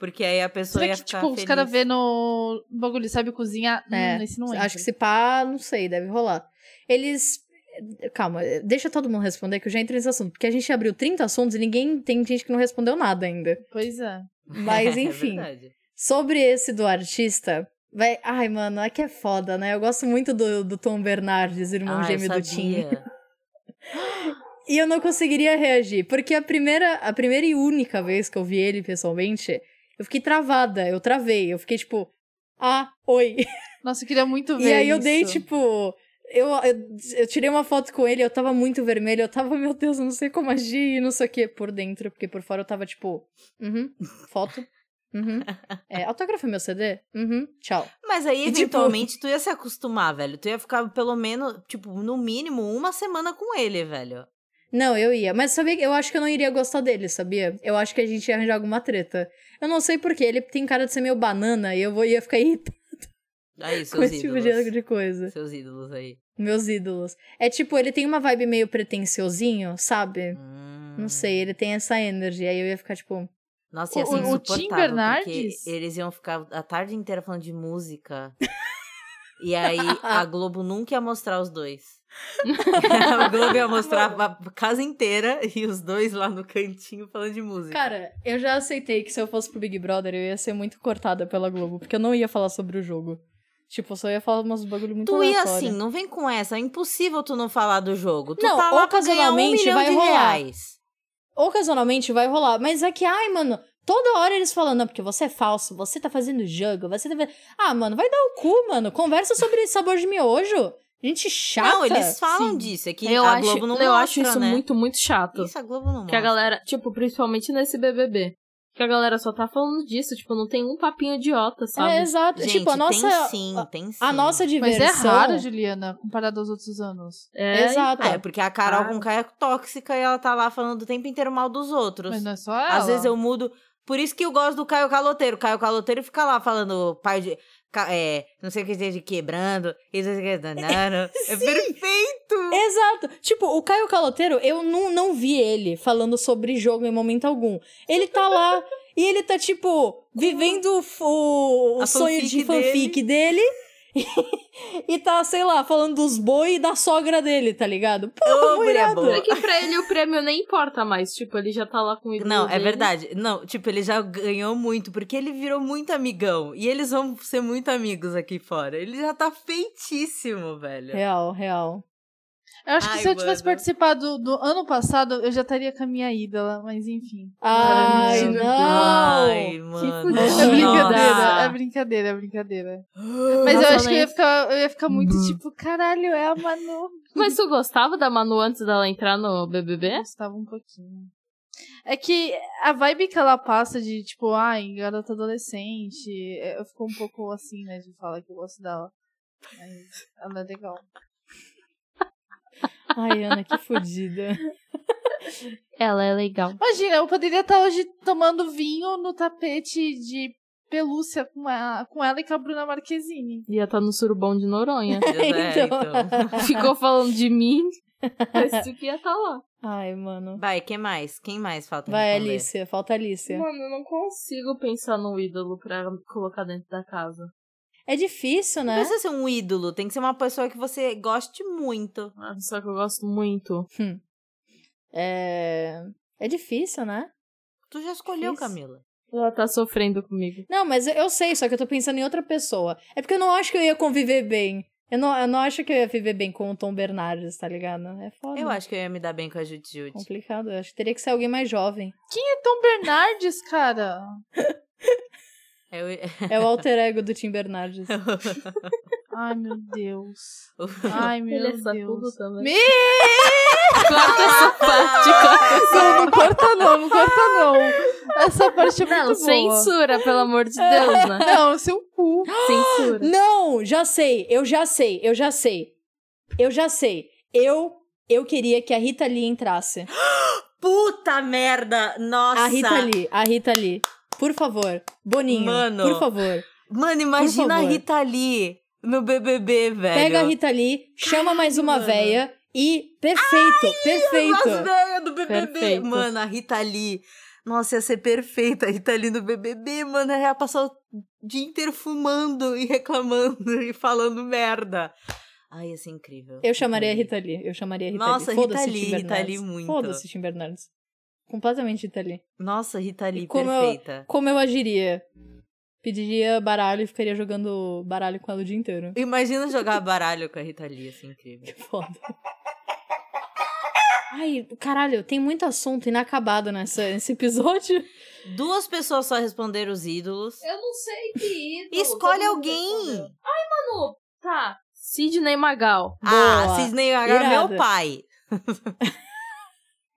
Porque aí a pessoa Será ia que, ficar tipo, os feliz. caras vê no bagulho, sabe, cozinhar? É, Hum, esse não entra. Acho que se pá, não sei, deve rolar. Eles. Calma, deixa todo mundo responder que eu já entrei nesse assunto. Porque a gente abriu 30 assuntos e ninguém. Tem gente que não respondeu nada ainda. Pois é. Mas enfim. é verdade. Sobre esse do artista. Vai... Ai, mano, é que é foda, né? Eu gosto muito do, do Tom Bernardes, irmão Ah, eu gêmeo do Tim. sabia. E eu não conseguiria reagir, porque a primeira, a primeira e única vez que eu vi ele pessoalmente, eu fiquei travada, eu travei, eu fiquei tipo, ah, oi. Nossa, eu queria muito ver E aí eu isso. dei tipo, eu, eu, eu tirei uma foto com ele, eu tava muito vermelha, eu tava, meu Deus, eu não sei como agir, e não sei o que por dentro, porque por fora eu tava tipo, uhum, foto, uhum, é, autógrafo meu CD, uhum, tchau. Mas aí, E, tipo- eventualmente, tu ia se acostumar, velho. Tu ia ficar, pelo menos, tipo, no mínimo, uma semana com ele, velho. Não, eu ia. Mas sabia que eu acho que eu não iria gostar dele, sabia? Eu acho que a gente ia arranjar alguma treta. Eu não sei porquê, ele tem cara de ser meio banana e eu vou, ia ficar irritada Aí, com seus esse tipo ídolos. de, de coisa. Seus ídolos aí. Meus ídolos. É tipo, ele tem uma vibe meio pretenciosinho, sabe? Hum. Não sei, ele tem essa energy. Aí eu ia ficar tipo. Nossa, ia O- ser o- o Tim insuportável, porque Bernardes? eles iam ficar a tarde inteira falando de música. E aí, a Globo nunca ia mostrar os dois. a Globo ia mostrar a casa inteira e os dois lá no cantinho falando de música. Cara, eu já aceitei que se eu fosse pro Big Brother, eu ia ser muito cortada pela Globo, porque eu não ia falar sobre o jogo. Tipo, eu só ia falar umas bagulho muito tu ia aleatório. assim, não vem com essa. É impossível tu não falar do jogo. Tu Não, tá lá pra ganhar um ocasionalmente milhão vai de rolar. reais. ocasionalmente vai rolar, mas é que, ai, mano, toda hora eles falando, não, porque você é falso, você tá fazendo jogo, você tá fazendo... Ah, mano, vai dar o cu, mano, conversa sobre sabor de miojo, Gente chata. Não, eles falam Sim. disso. É que eu a acho, Globo não eu mostra, acho isso né? muito, muito chato. Isso a Globo não Que a mostra. galera, tipo, principalmente nesse BBB. Que a galera só tá falando disso, tipo, não tem um papinho idiota, sabe? É, exato. Gente, tipo, a nossa. tem sim, tem sim. A nossa Mas é diversão. raro, então. Juliana, comparado aos outros anos. É, Exato. Ah, é porque a Carol com K é tóxica e ela tá lá falando o tempo inteiro mal dos outros. Mas não é só ela. Às vezes eu mudo. Por isso que eu gosto do Caio Caloteiro. Caio Caloteiro fica lá falando pai de. ca- É, não sei o que esteja quebrando. Isso aqui é danado. É perfeito! Exato. Tipo, o Caio Caloteiro, eu não, não vi ele falando sobre jogo em momento algum. Ele tá lá e ele tá, tipo, vivendo o f- o, o A sonho fanfic de fanfic dele. E, tá, sei lá, falando dos boi e da sogra dele, tá ligado? Pô, Ô, mulher irado. boa. É que pra ele o prêmio nem importa mais, tipo, ele já tá lá com o ídolo Não, é dele. verdade. Não, tipo, ele já ganhou muito, porque ele virou muito amigão. E eles vão ser muito amigos aqui fora. Ele já tá feitíssimo, velho. Real, real. Eu acho que Ai, se eu tivesse mano. participado do ano passado, eu já estaria com a minha ídola, mas enfim. Ai, Maravilhoso. não. Ai, mano. fudida. É Nossa. brincadeira, é brincadeira, é brincadeira. Mas eu Nossa, acho que eu nem- ia ficar, eu ia ficar muito tipo, caralho, é a Manu. Mas tu gostava da Manu antes dela entrar no BBB? Gostava um pouquinho. É que a vibe que ela passa de, tipo, ai, garota adolescente, é, eu fico um pouco assim, né, de falar que eu gosto dela. Mas ela é legal. Ai, Ana, que fodida. Ela é legal. Imagina, eu poderia estar hoje tomando vinho no tapete de pelúcia com ela, com ela e com a Bruna Marquezine. Ia tá no surubão de Noronha. É, então. Ficou falando de mim. Esse que ia tá lá. Ai, mano. Vai, quem mais? Quem mais falta Vai, responder? Alicia. Falta a Alicia. Mano, eu não consigo pensar num ídolo pra colocar dentro da casa. É difícil, Não né? precisa ser um ídolo, tem que ser uma pessoa que você goste muito. Ah, Só que eu gosto muito. É... É difícil, né? Tu já escolheu, Difícil. Camila. Ela tá sofrendo comigo. Não, mas eu- eu sei, só que eu tô pensando em outra pessoa. É porque eu não acho que eu ia conviver bem. Eu não, eu não acho que eu ia viver bem com o Tom Bernardes, tá ligado? É foda. Eu acho que eu ia me dar bem com a Jutjut. Complicado. Eu acho que teria que ser alguém mais jovem. Quem é Tom Bernardes, cara? Eu... É o alter ego do Tim Bernardes. Ai, meu Deus. Ai, meu Ele é sacudo Deus. também. Me- Corta essa parte, corta essa Não, não corta não, não corta não. Essa parte é muito Não, boa. censura, pelo amor de Deus, né? Não, seu cu. Censura. não! Já sei, eu já sei, eu já sei. Eu já sei. Eu, eu queria que a Rita Lee entrasse. Puta merda! Nossa! A Rita Lee, a Rita Lee. Por favor. Boninho, Mano. por favor. Mano, imagina a favor. Rita Lee no BBB, velho. Pega a Rita Lee, chama mais uma mano. véia e... Perfeito, perfeito. As velhas do BBB. Perfeito. Mano, a Rita Lee. Nossa, ia ser perfeita a Rita Lee no BBB, mano. Ela ia passar o dia inteiro fumando e reclamando e falando merda. Ai, ia ser incrível. Eu chamaria a Lee. Rita Lee. Eu chamaria a Rita Uhum. Nossa, Lee. Rita Foda-se, Lee, Tim Rita Bernardes. Lee muito. Foda-se, Tim Bernardes. Completamente Rita Lee. Nossa, Rita Lee, como eu- perfeita. Como eu agiria? Pediria baralho e ficaria jogando baralho com ela o dia inteiro. Imagina jogar baralho com a Rita Lee, assim, incrível. Que foda. Ai, caralho, tem muito assunto inacabado nessa, nesse episódio. Duas pessoas só responderam os ídolos. Eu não sei que ídolo. Escolhe todo mundo alguém! respondeu. Ai, Manu, tá. Sidney Magal. Ah, Boa. Sidney Magal é Irada. meu pai.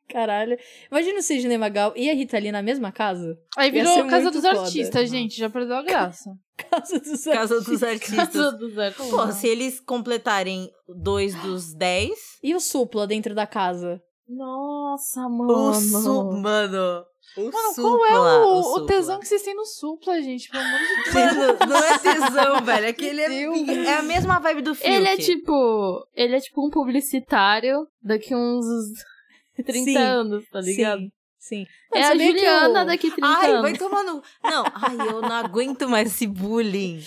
Caralho. Imagina o Sidney Magal e a Rita Lee na mesma casa. Aí Ia virou ser Casa muito dos foda. Artistas, gente. Já perdeu a graça. Casa dos Casa Artistas. dos artistas. Casa dos artistas. Pô, se eles completarem dois dos dez. E o Supla dentro da casa? Nossa, O mano. su... Mano. O Mano, qual supla, é o, o supla. tesão que vocês têm no supla, gente? Pelo amor de Deus. Mano, não é tesão, velho. É que ele Meu Deus. é, é a mesma vibe do filme. Ele é tipo. Ele é tipo um publicitário daqui uns 30 Sim, anos, tá ligado? Sim, sim. É Mas a sabia que Juliana eu- daqui 30 Ai, anos. vai tomar no. Não, ai, eu não aguento mais esse bullying.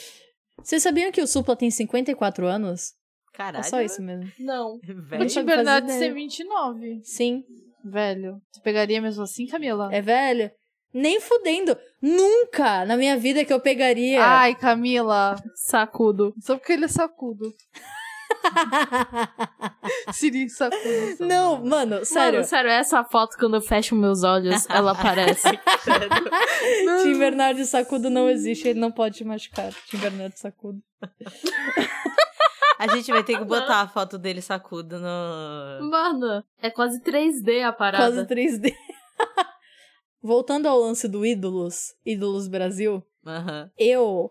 Vocês sabiam que o Supla tem 54 anos? Caralho. É só isso mesmo. Não. O Velho. Tim sabe Bernardes fazer tem ideia. 29. Sim, Velho, tu pegaria mesmo assim, Camila? é velho. Nem fudendo. Nunca na minha vida que eu pegaria. Ai, Camila. Sacudo. Só porque ele é sacudo. Siri sacudo. Não, mano, sério. Mano, sério, essa foto, quando eu fecho meus olhos, ela aparece. Tim Bernardes Sacudo não existe, ele não pode te machucar. Tim Bernardes Sacudo. A gente vai ter que botar a foto dele sacudo Uhum. no. Mano, é quase 3D a Quase parada. 3D. Voltando ao lance do Ídolos, Ídolos Brasil, Aham. eu.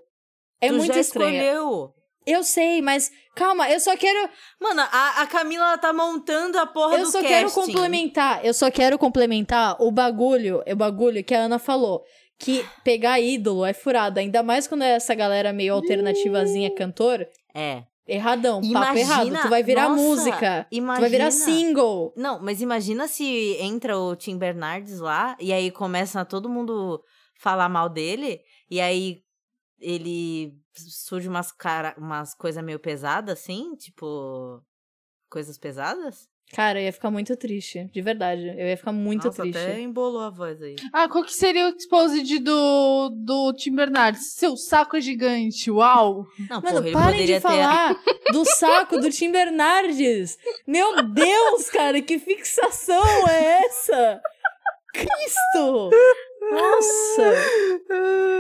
É Tu muito já estranho. escolheu. Eu sei, mas calma, eu só quero. Mano, a, a Camila ela tá montando a porra eu do só casting. quero complementar. Eu só quero complementar o bagulho, o bagulho que a Ana falou. Que pegar ídolo é furado, ainda mais quando é essa galera meio alternativazinha cantor. É. Erradão, um papo Imagina- errado. Tu vai virar nossa, música. Imagina. Tu vai virar single. Não, mas imagina se entra o Tim Bernardes lá e aí começa a todo mundo falar mal dele e aí ele surge umas cara, umas coisas meio pesadas assim, tipo coisas pesadas? Cara, eu ia ficar muito triste, de verdade. Eu ia ficar muito Nossa, triste. até embolou a voz aí. Ah, qual que seria o exposed do, do Tim Bernardes? Seu saco é gigante, uau! Não, Mano, porra, ele parem poderia ter de falar do saco do Tim Bernardes. Meu Deus, cara, que fixação é essa? Cristo! Nossa! Ah,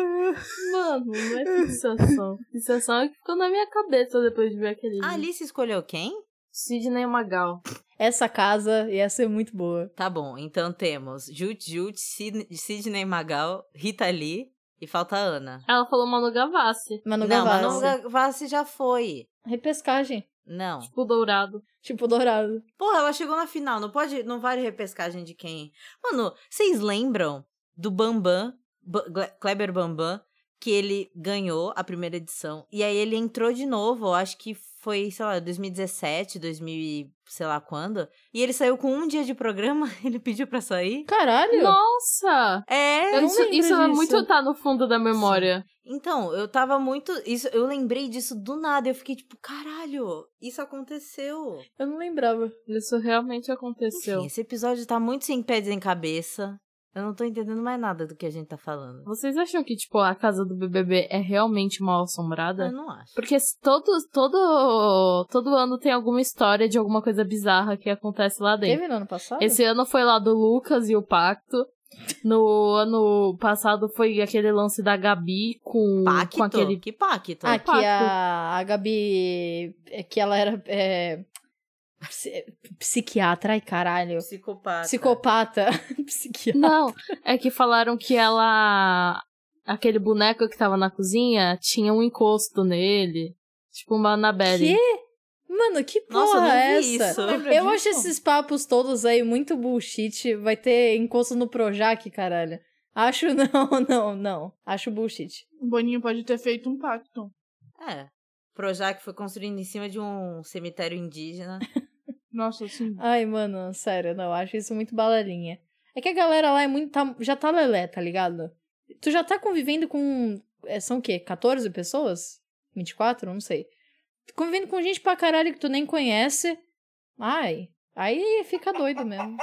Mano, não é fixação. fixação é que ficou na minha cabeça depois de ver aquele A vídeo. Alice Ah, escolheu quem? Sidney Magal. Essa casa ia ser muito boa. Tá bom, então temos Jut Jut, Sid- Sidney Magal, Rita Lee e falta a Ana. Ela falou Manu Gavassi. Manu não, Gavassi. Manu Gavassi já foi. Repescagem. Não. Tipo dourado. Tipo dourado. Porra, ela chegou na final, não pode, não vale repescagem de quem. Mano, vocês lembram do Bambam, Ba- Gle- Kleber Bambam, que ele ganhou a primeira edição e aí ele entrou de novo, eu acho que foi, sei lá, 2017, 2000, e sei lá quando, e ele saiu com um dia de programa, ele pediu pra sair. Caralho! Nossa! É, não isso lembro isso é disso. muito tá no fundo da memória. então, eu tava muito, isso, eu lembrei disso do nada, eu fiquei tipo, caralho, isso aconteceu. Eu não lembrava. Isso realmente aconteceu. Enfim, esse episódio tá muito sem pé em cabeça. Eu não tô entendendo mais nada do que a gente tá falando. Vocês acham que, tipo, a casa do BBB é realmente mal assombrada? Eu não acho. Porque se todo, todo, todo ano tem alguma história de alguma coisa bizarra que acontece lá dentro. Teve no ano passado? Esse ano foi lá do Lucas e o Pacto. No ano passado foi aquele lance da Gabi com, Pacto? com aquele. Que pacto? Ah, Pacto. que a, a Gabi. é Que ela era. é, psi- psiquiatra, ai caralho. Psicopata. Um Psicopata. Psiquiatra. Não, é que falaram que ela. Aquele boneco que tava na cozinha tinha um encosto nele. Tipo uma Annabelle. Quê? Mano, que porra Nossa, eu não é vi essa? isso. Eu acho esses papos todos aí muito bullshit. Vai ter encosto no Projac, caralho. Acho não, não, não. Acho bullshit. O Um Boninho pode ter feito um pacto. É. Projac foi construído em cima de um cemitério indígena. Nossa, assim. Ai, mano, sério, não. Acho isso muito balalinha. É que a galera lá é muito. tá- já tá lelé, tá ligado? Tu já tá convivendo com. é, são o quê? 14 pessoas? 24? Não sei. Convivendo com gente pra caralho que tu nem conhece. Ai. Aí fica doido mesmo.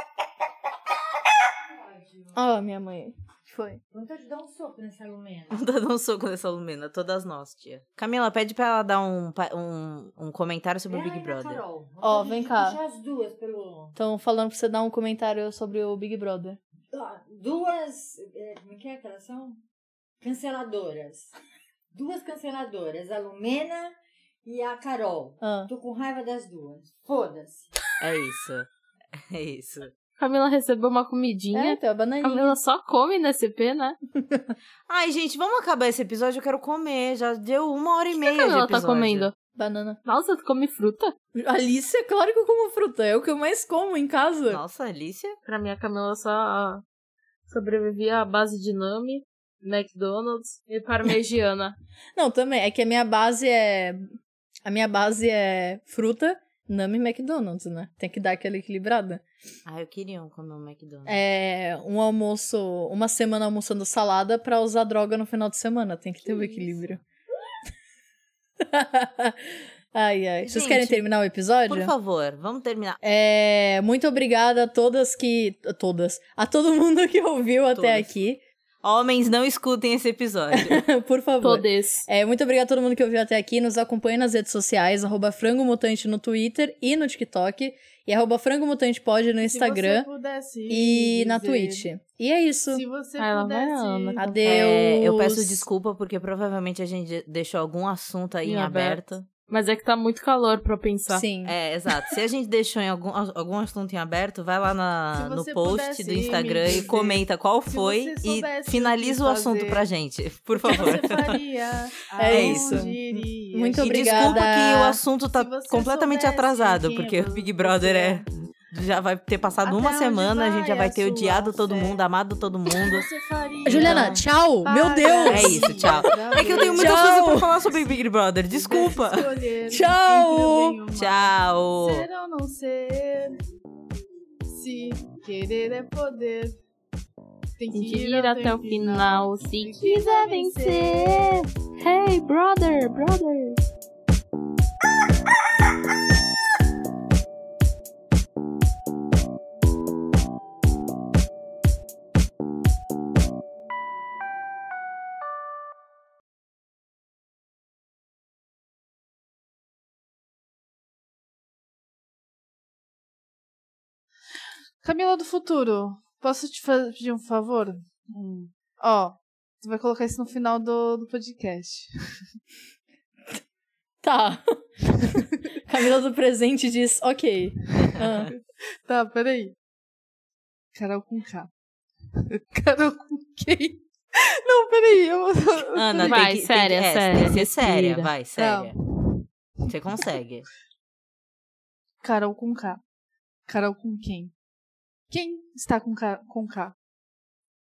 Ó, minha mãe. Foi. Vontade de dar um soco nessa Lumena. Vou dar um soco nessa Lumena, todas nós, tia. Camila, pede pra ela dar um, pa- um, um comentário sobre o Ela Big e a Brother. É Carol. Vontade Ó, de vem cá. puxar as duas pelo... Estão falando pra você dar um comentário sobre o Big Brother. Ah, Duas... eh, Como é que é que elas são? Canceladoras. Duas canceladoras. A Lumena e a Carol. Ah. Tô com raiva das duas. Foda-se. É isso. É isso. Camila recebeu uma comidinha. É, então, a bananinha. Camila só come nesse P, né? Ai, gente, vamos acabar esse episódio. Eu quero comer. Já deu uma hora e meia de Camila episódio. tá comendo. Banana. Nossa, tu come fruta? Alice, é claro que eu como fruta. É o que eu mais como em casa. Nossa, Alicia. Pra mim, a Camila só sobrevivia à base de Nami, McDonald's e parmegiana. Não, também. É que a minha base é. A minha base é fruta, Nami e McDonald's, né? Tem que dar aquela equilibrada. Ai, eu queria um comer um McDonald's. É um almoço, uma semana almoçando salada pra usar droga no final de semana. Tem que ter o equilíbrio. ai, ai. Vocês Gente, querem terminar o É, episódio? Por favor, vamos terminar. É, muito obrigada a todas que. a Todas. A todo mundo que ouviu até Todas. aqui. Homens, não escutem esse episódio. Por favor. Todes. É, muito obrigada a todo mundo que ouviu até aqui. Nos acompanhe nas redes sociais, arroba Frango Mutante no Twitter e no TikTok. E arroba Frango Mutante Pod no Instagram Se você pudesse e na dizer- Twitch. E é isso. Se você Ai, lá vai a pudesse. Ana. Adeus. É, eu peço desculpa porque provavelmente a gente deixou algum assunto aí Em em aberto. Mas é que tá muito calor pra pensar. Sim. É, exato. Se a gente deixou em algum, algum assunto em aberto, vai lá na- Se no você post pudesse do me Instagram e dizer, comenta qual se foi você e soubesse o finaliza que o assunto fazer, pra gente, por O que favor. você faria? É Aonde isso. iria? Muito E obrigada. desculpa que o assunto Se tá você completamente soubesse atrasado, quem porque é o Big Brother é. Já vai ter passado Até uma onde semana, a gente vai já vai a ter sua odiado todo fé? mundo, amado todo O que mundo. você faria? Juliana, tchau! Meu É Deus! isso, tchau. É que eu tenho muitas muitas coisas coisas pra falar sobre Big Brother, desculpa. Tchau! Tchau. Ser ou não ser. Se querer é poder. Tem Tem que ir até o final. Se Se quiser quiser vencer. Hey, brother, brother. Camila do futuro, posso te fa- pedir um favor? Hum. Ó, tu vai colocar isso no final do, do podcast. Tá. Camila do presente diz, ok. Ah, Tá, peraí. Carol com K. Carol com K. Não, peraí. Eu... Ana, Vai, tem que, tem séria, que, é, séria, tem que ser séria, respira. vai, séria. Você consegue. Carol com K. Carol com quem? Quem está com K? Com K?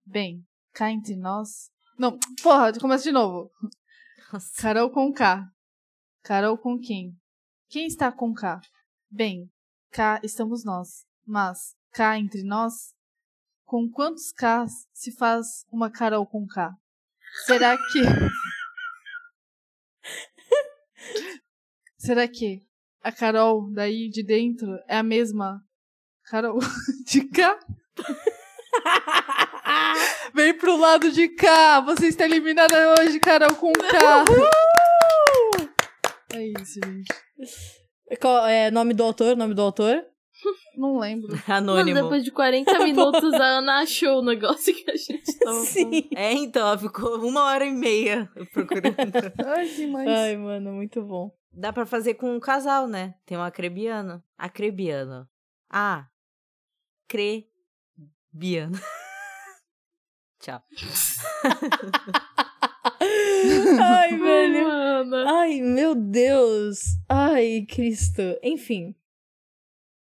Bem, cá entre nós. Não, porra, começa de novo. Nossa. Carol com K. Carol com quem? Quem está com K? Bem, cá estamos nós. Mas, cá entre nós? Com quantos Ks se faz uma Carol com K? Será que. Será que a Carol daí de dentro é a mesma Carol de cá? Vem pro lado de cá! Você está eliminada hoje, Carol com K! É isso, gente. qual é nome do autor? Nome do autor? Não lembro. Mano, Anônimo. depois de 40 minutos, a Ana achou o negócio que a gente tava falando. É, então, ficou uma hora e meia procurando. Ai, que mais. Ai, mano, muito bom. Dá pra fazer com um casal, né? Tem um acrebiano. Acrebiano. Ah. A. Crebiano. Tchau. Ai, velho. Ai, Ana. Ai, meu Deus. Ai, Cristo. Enfim.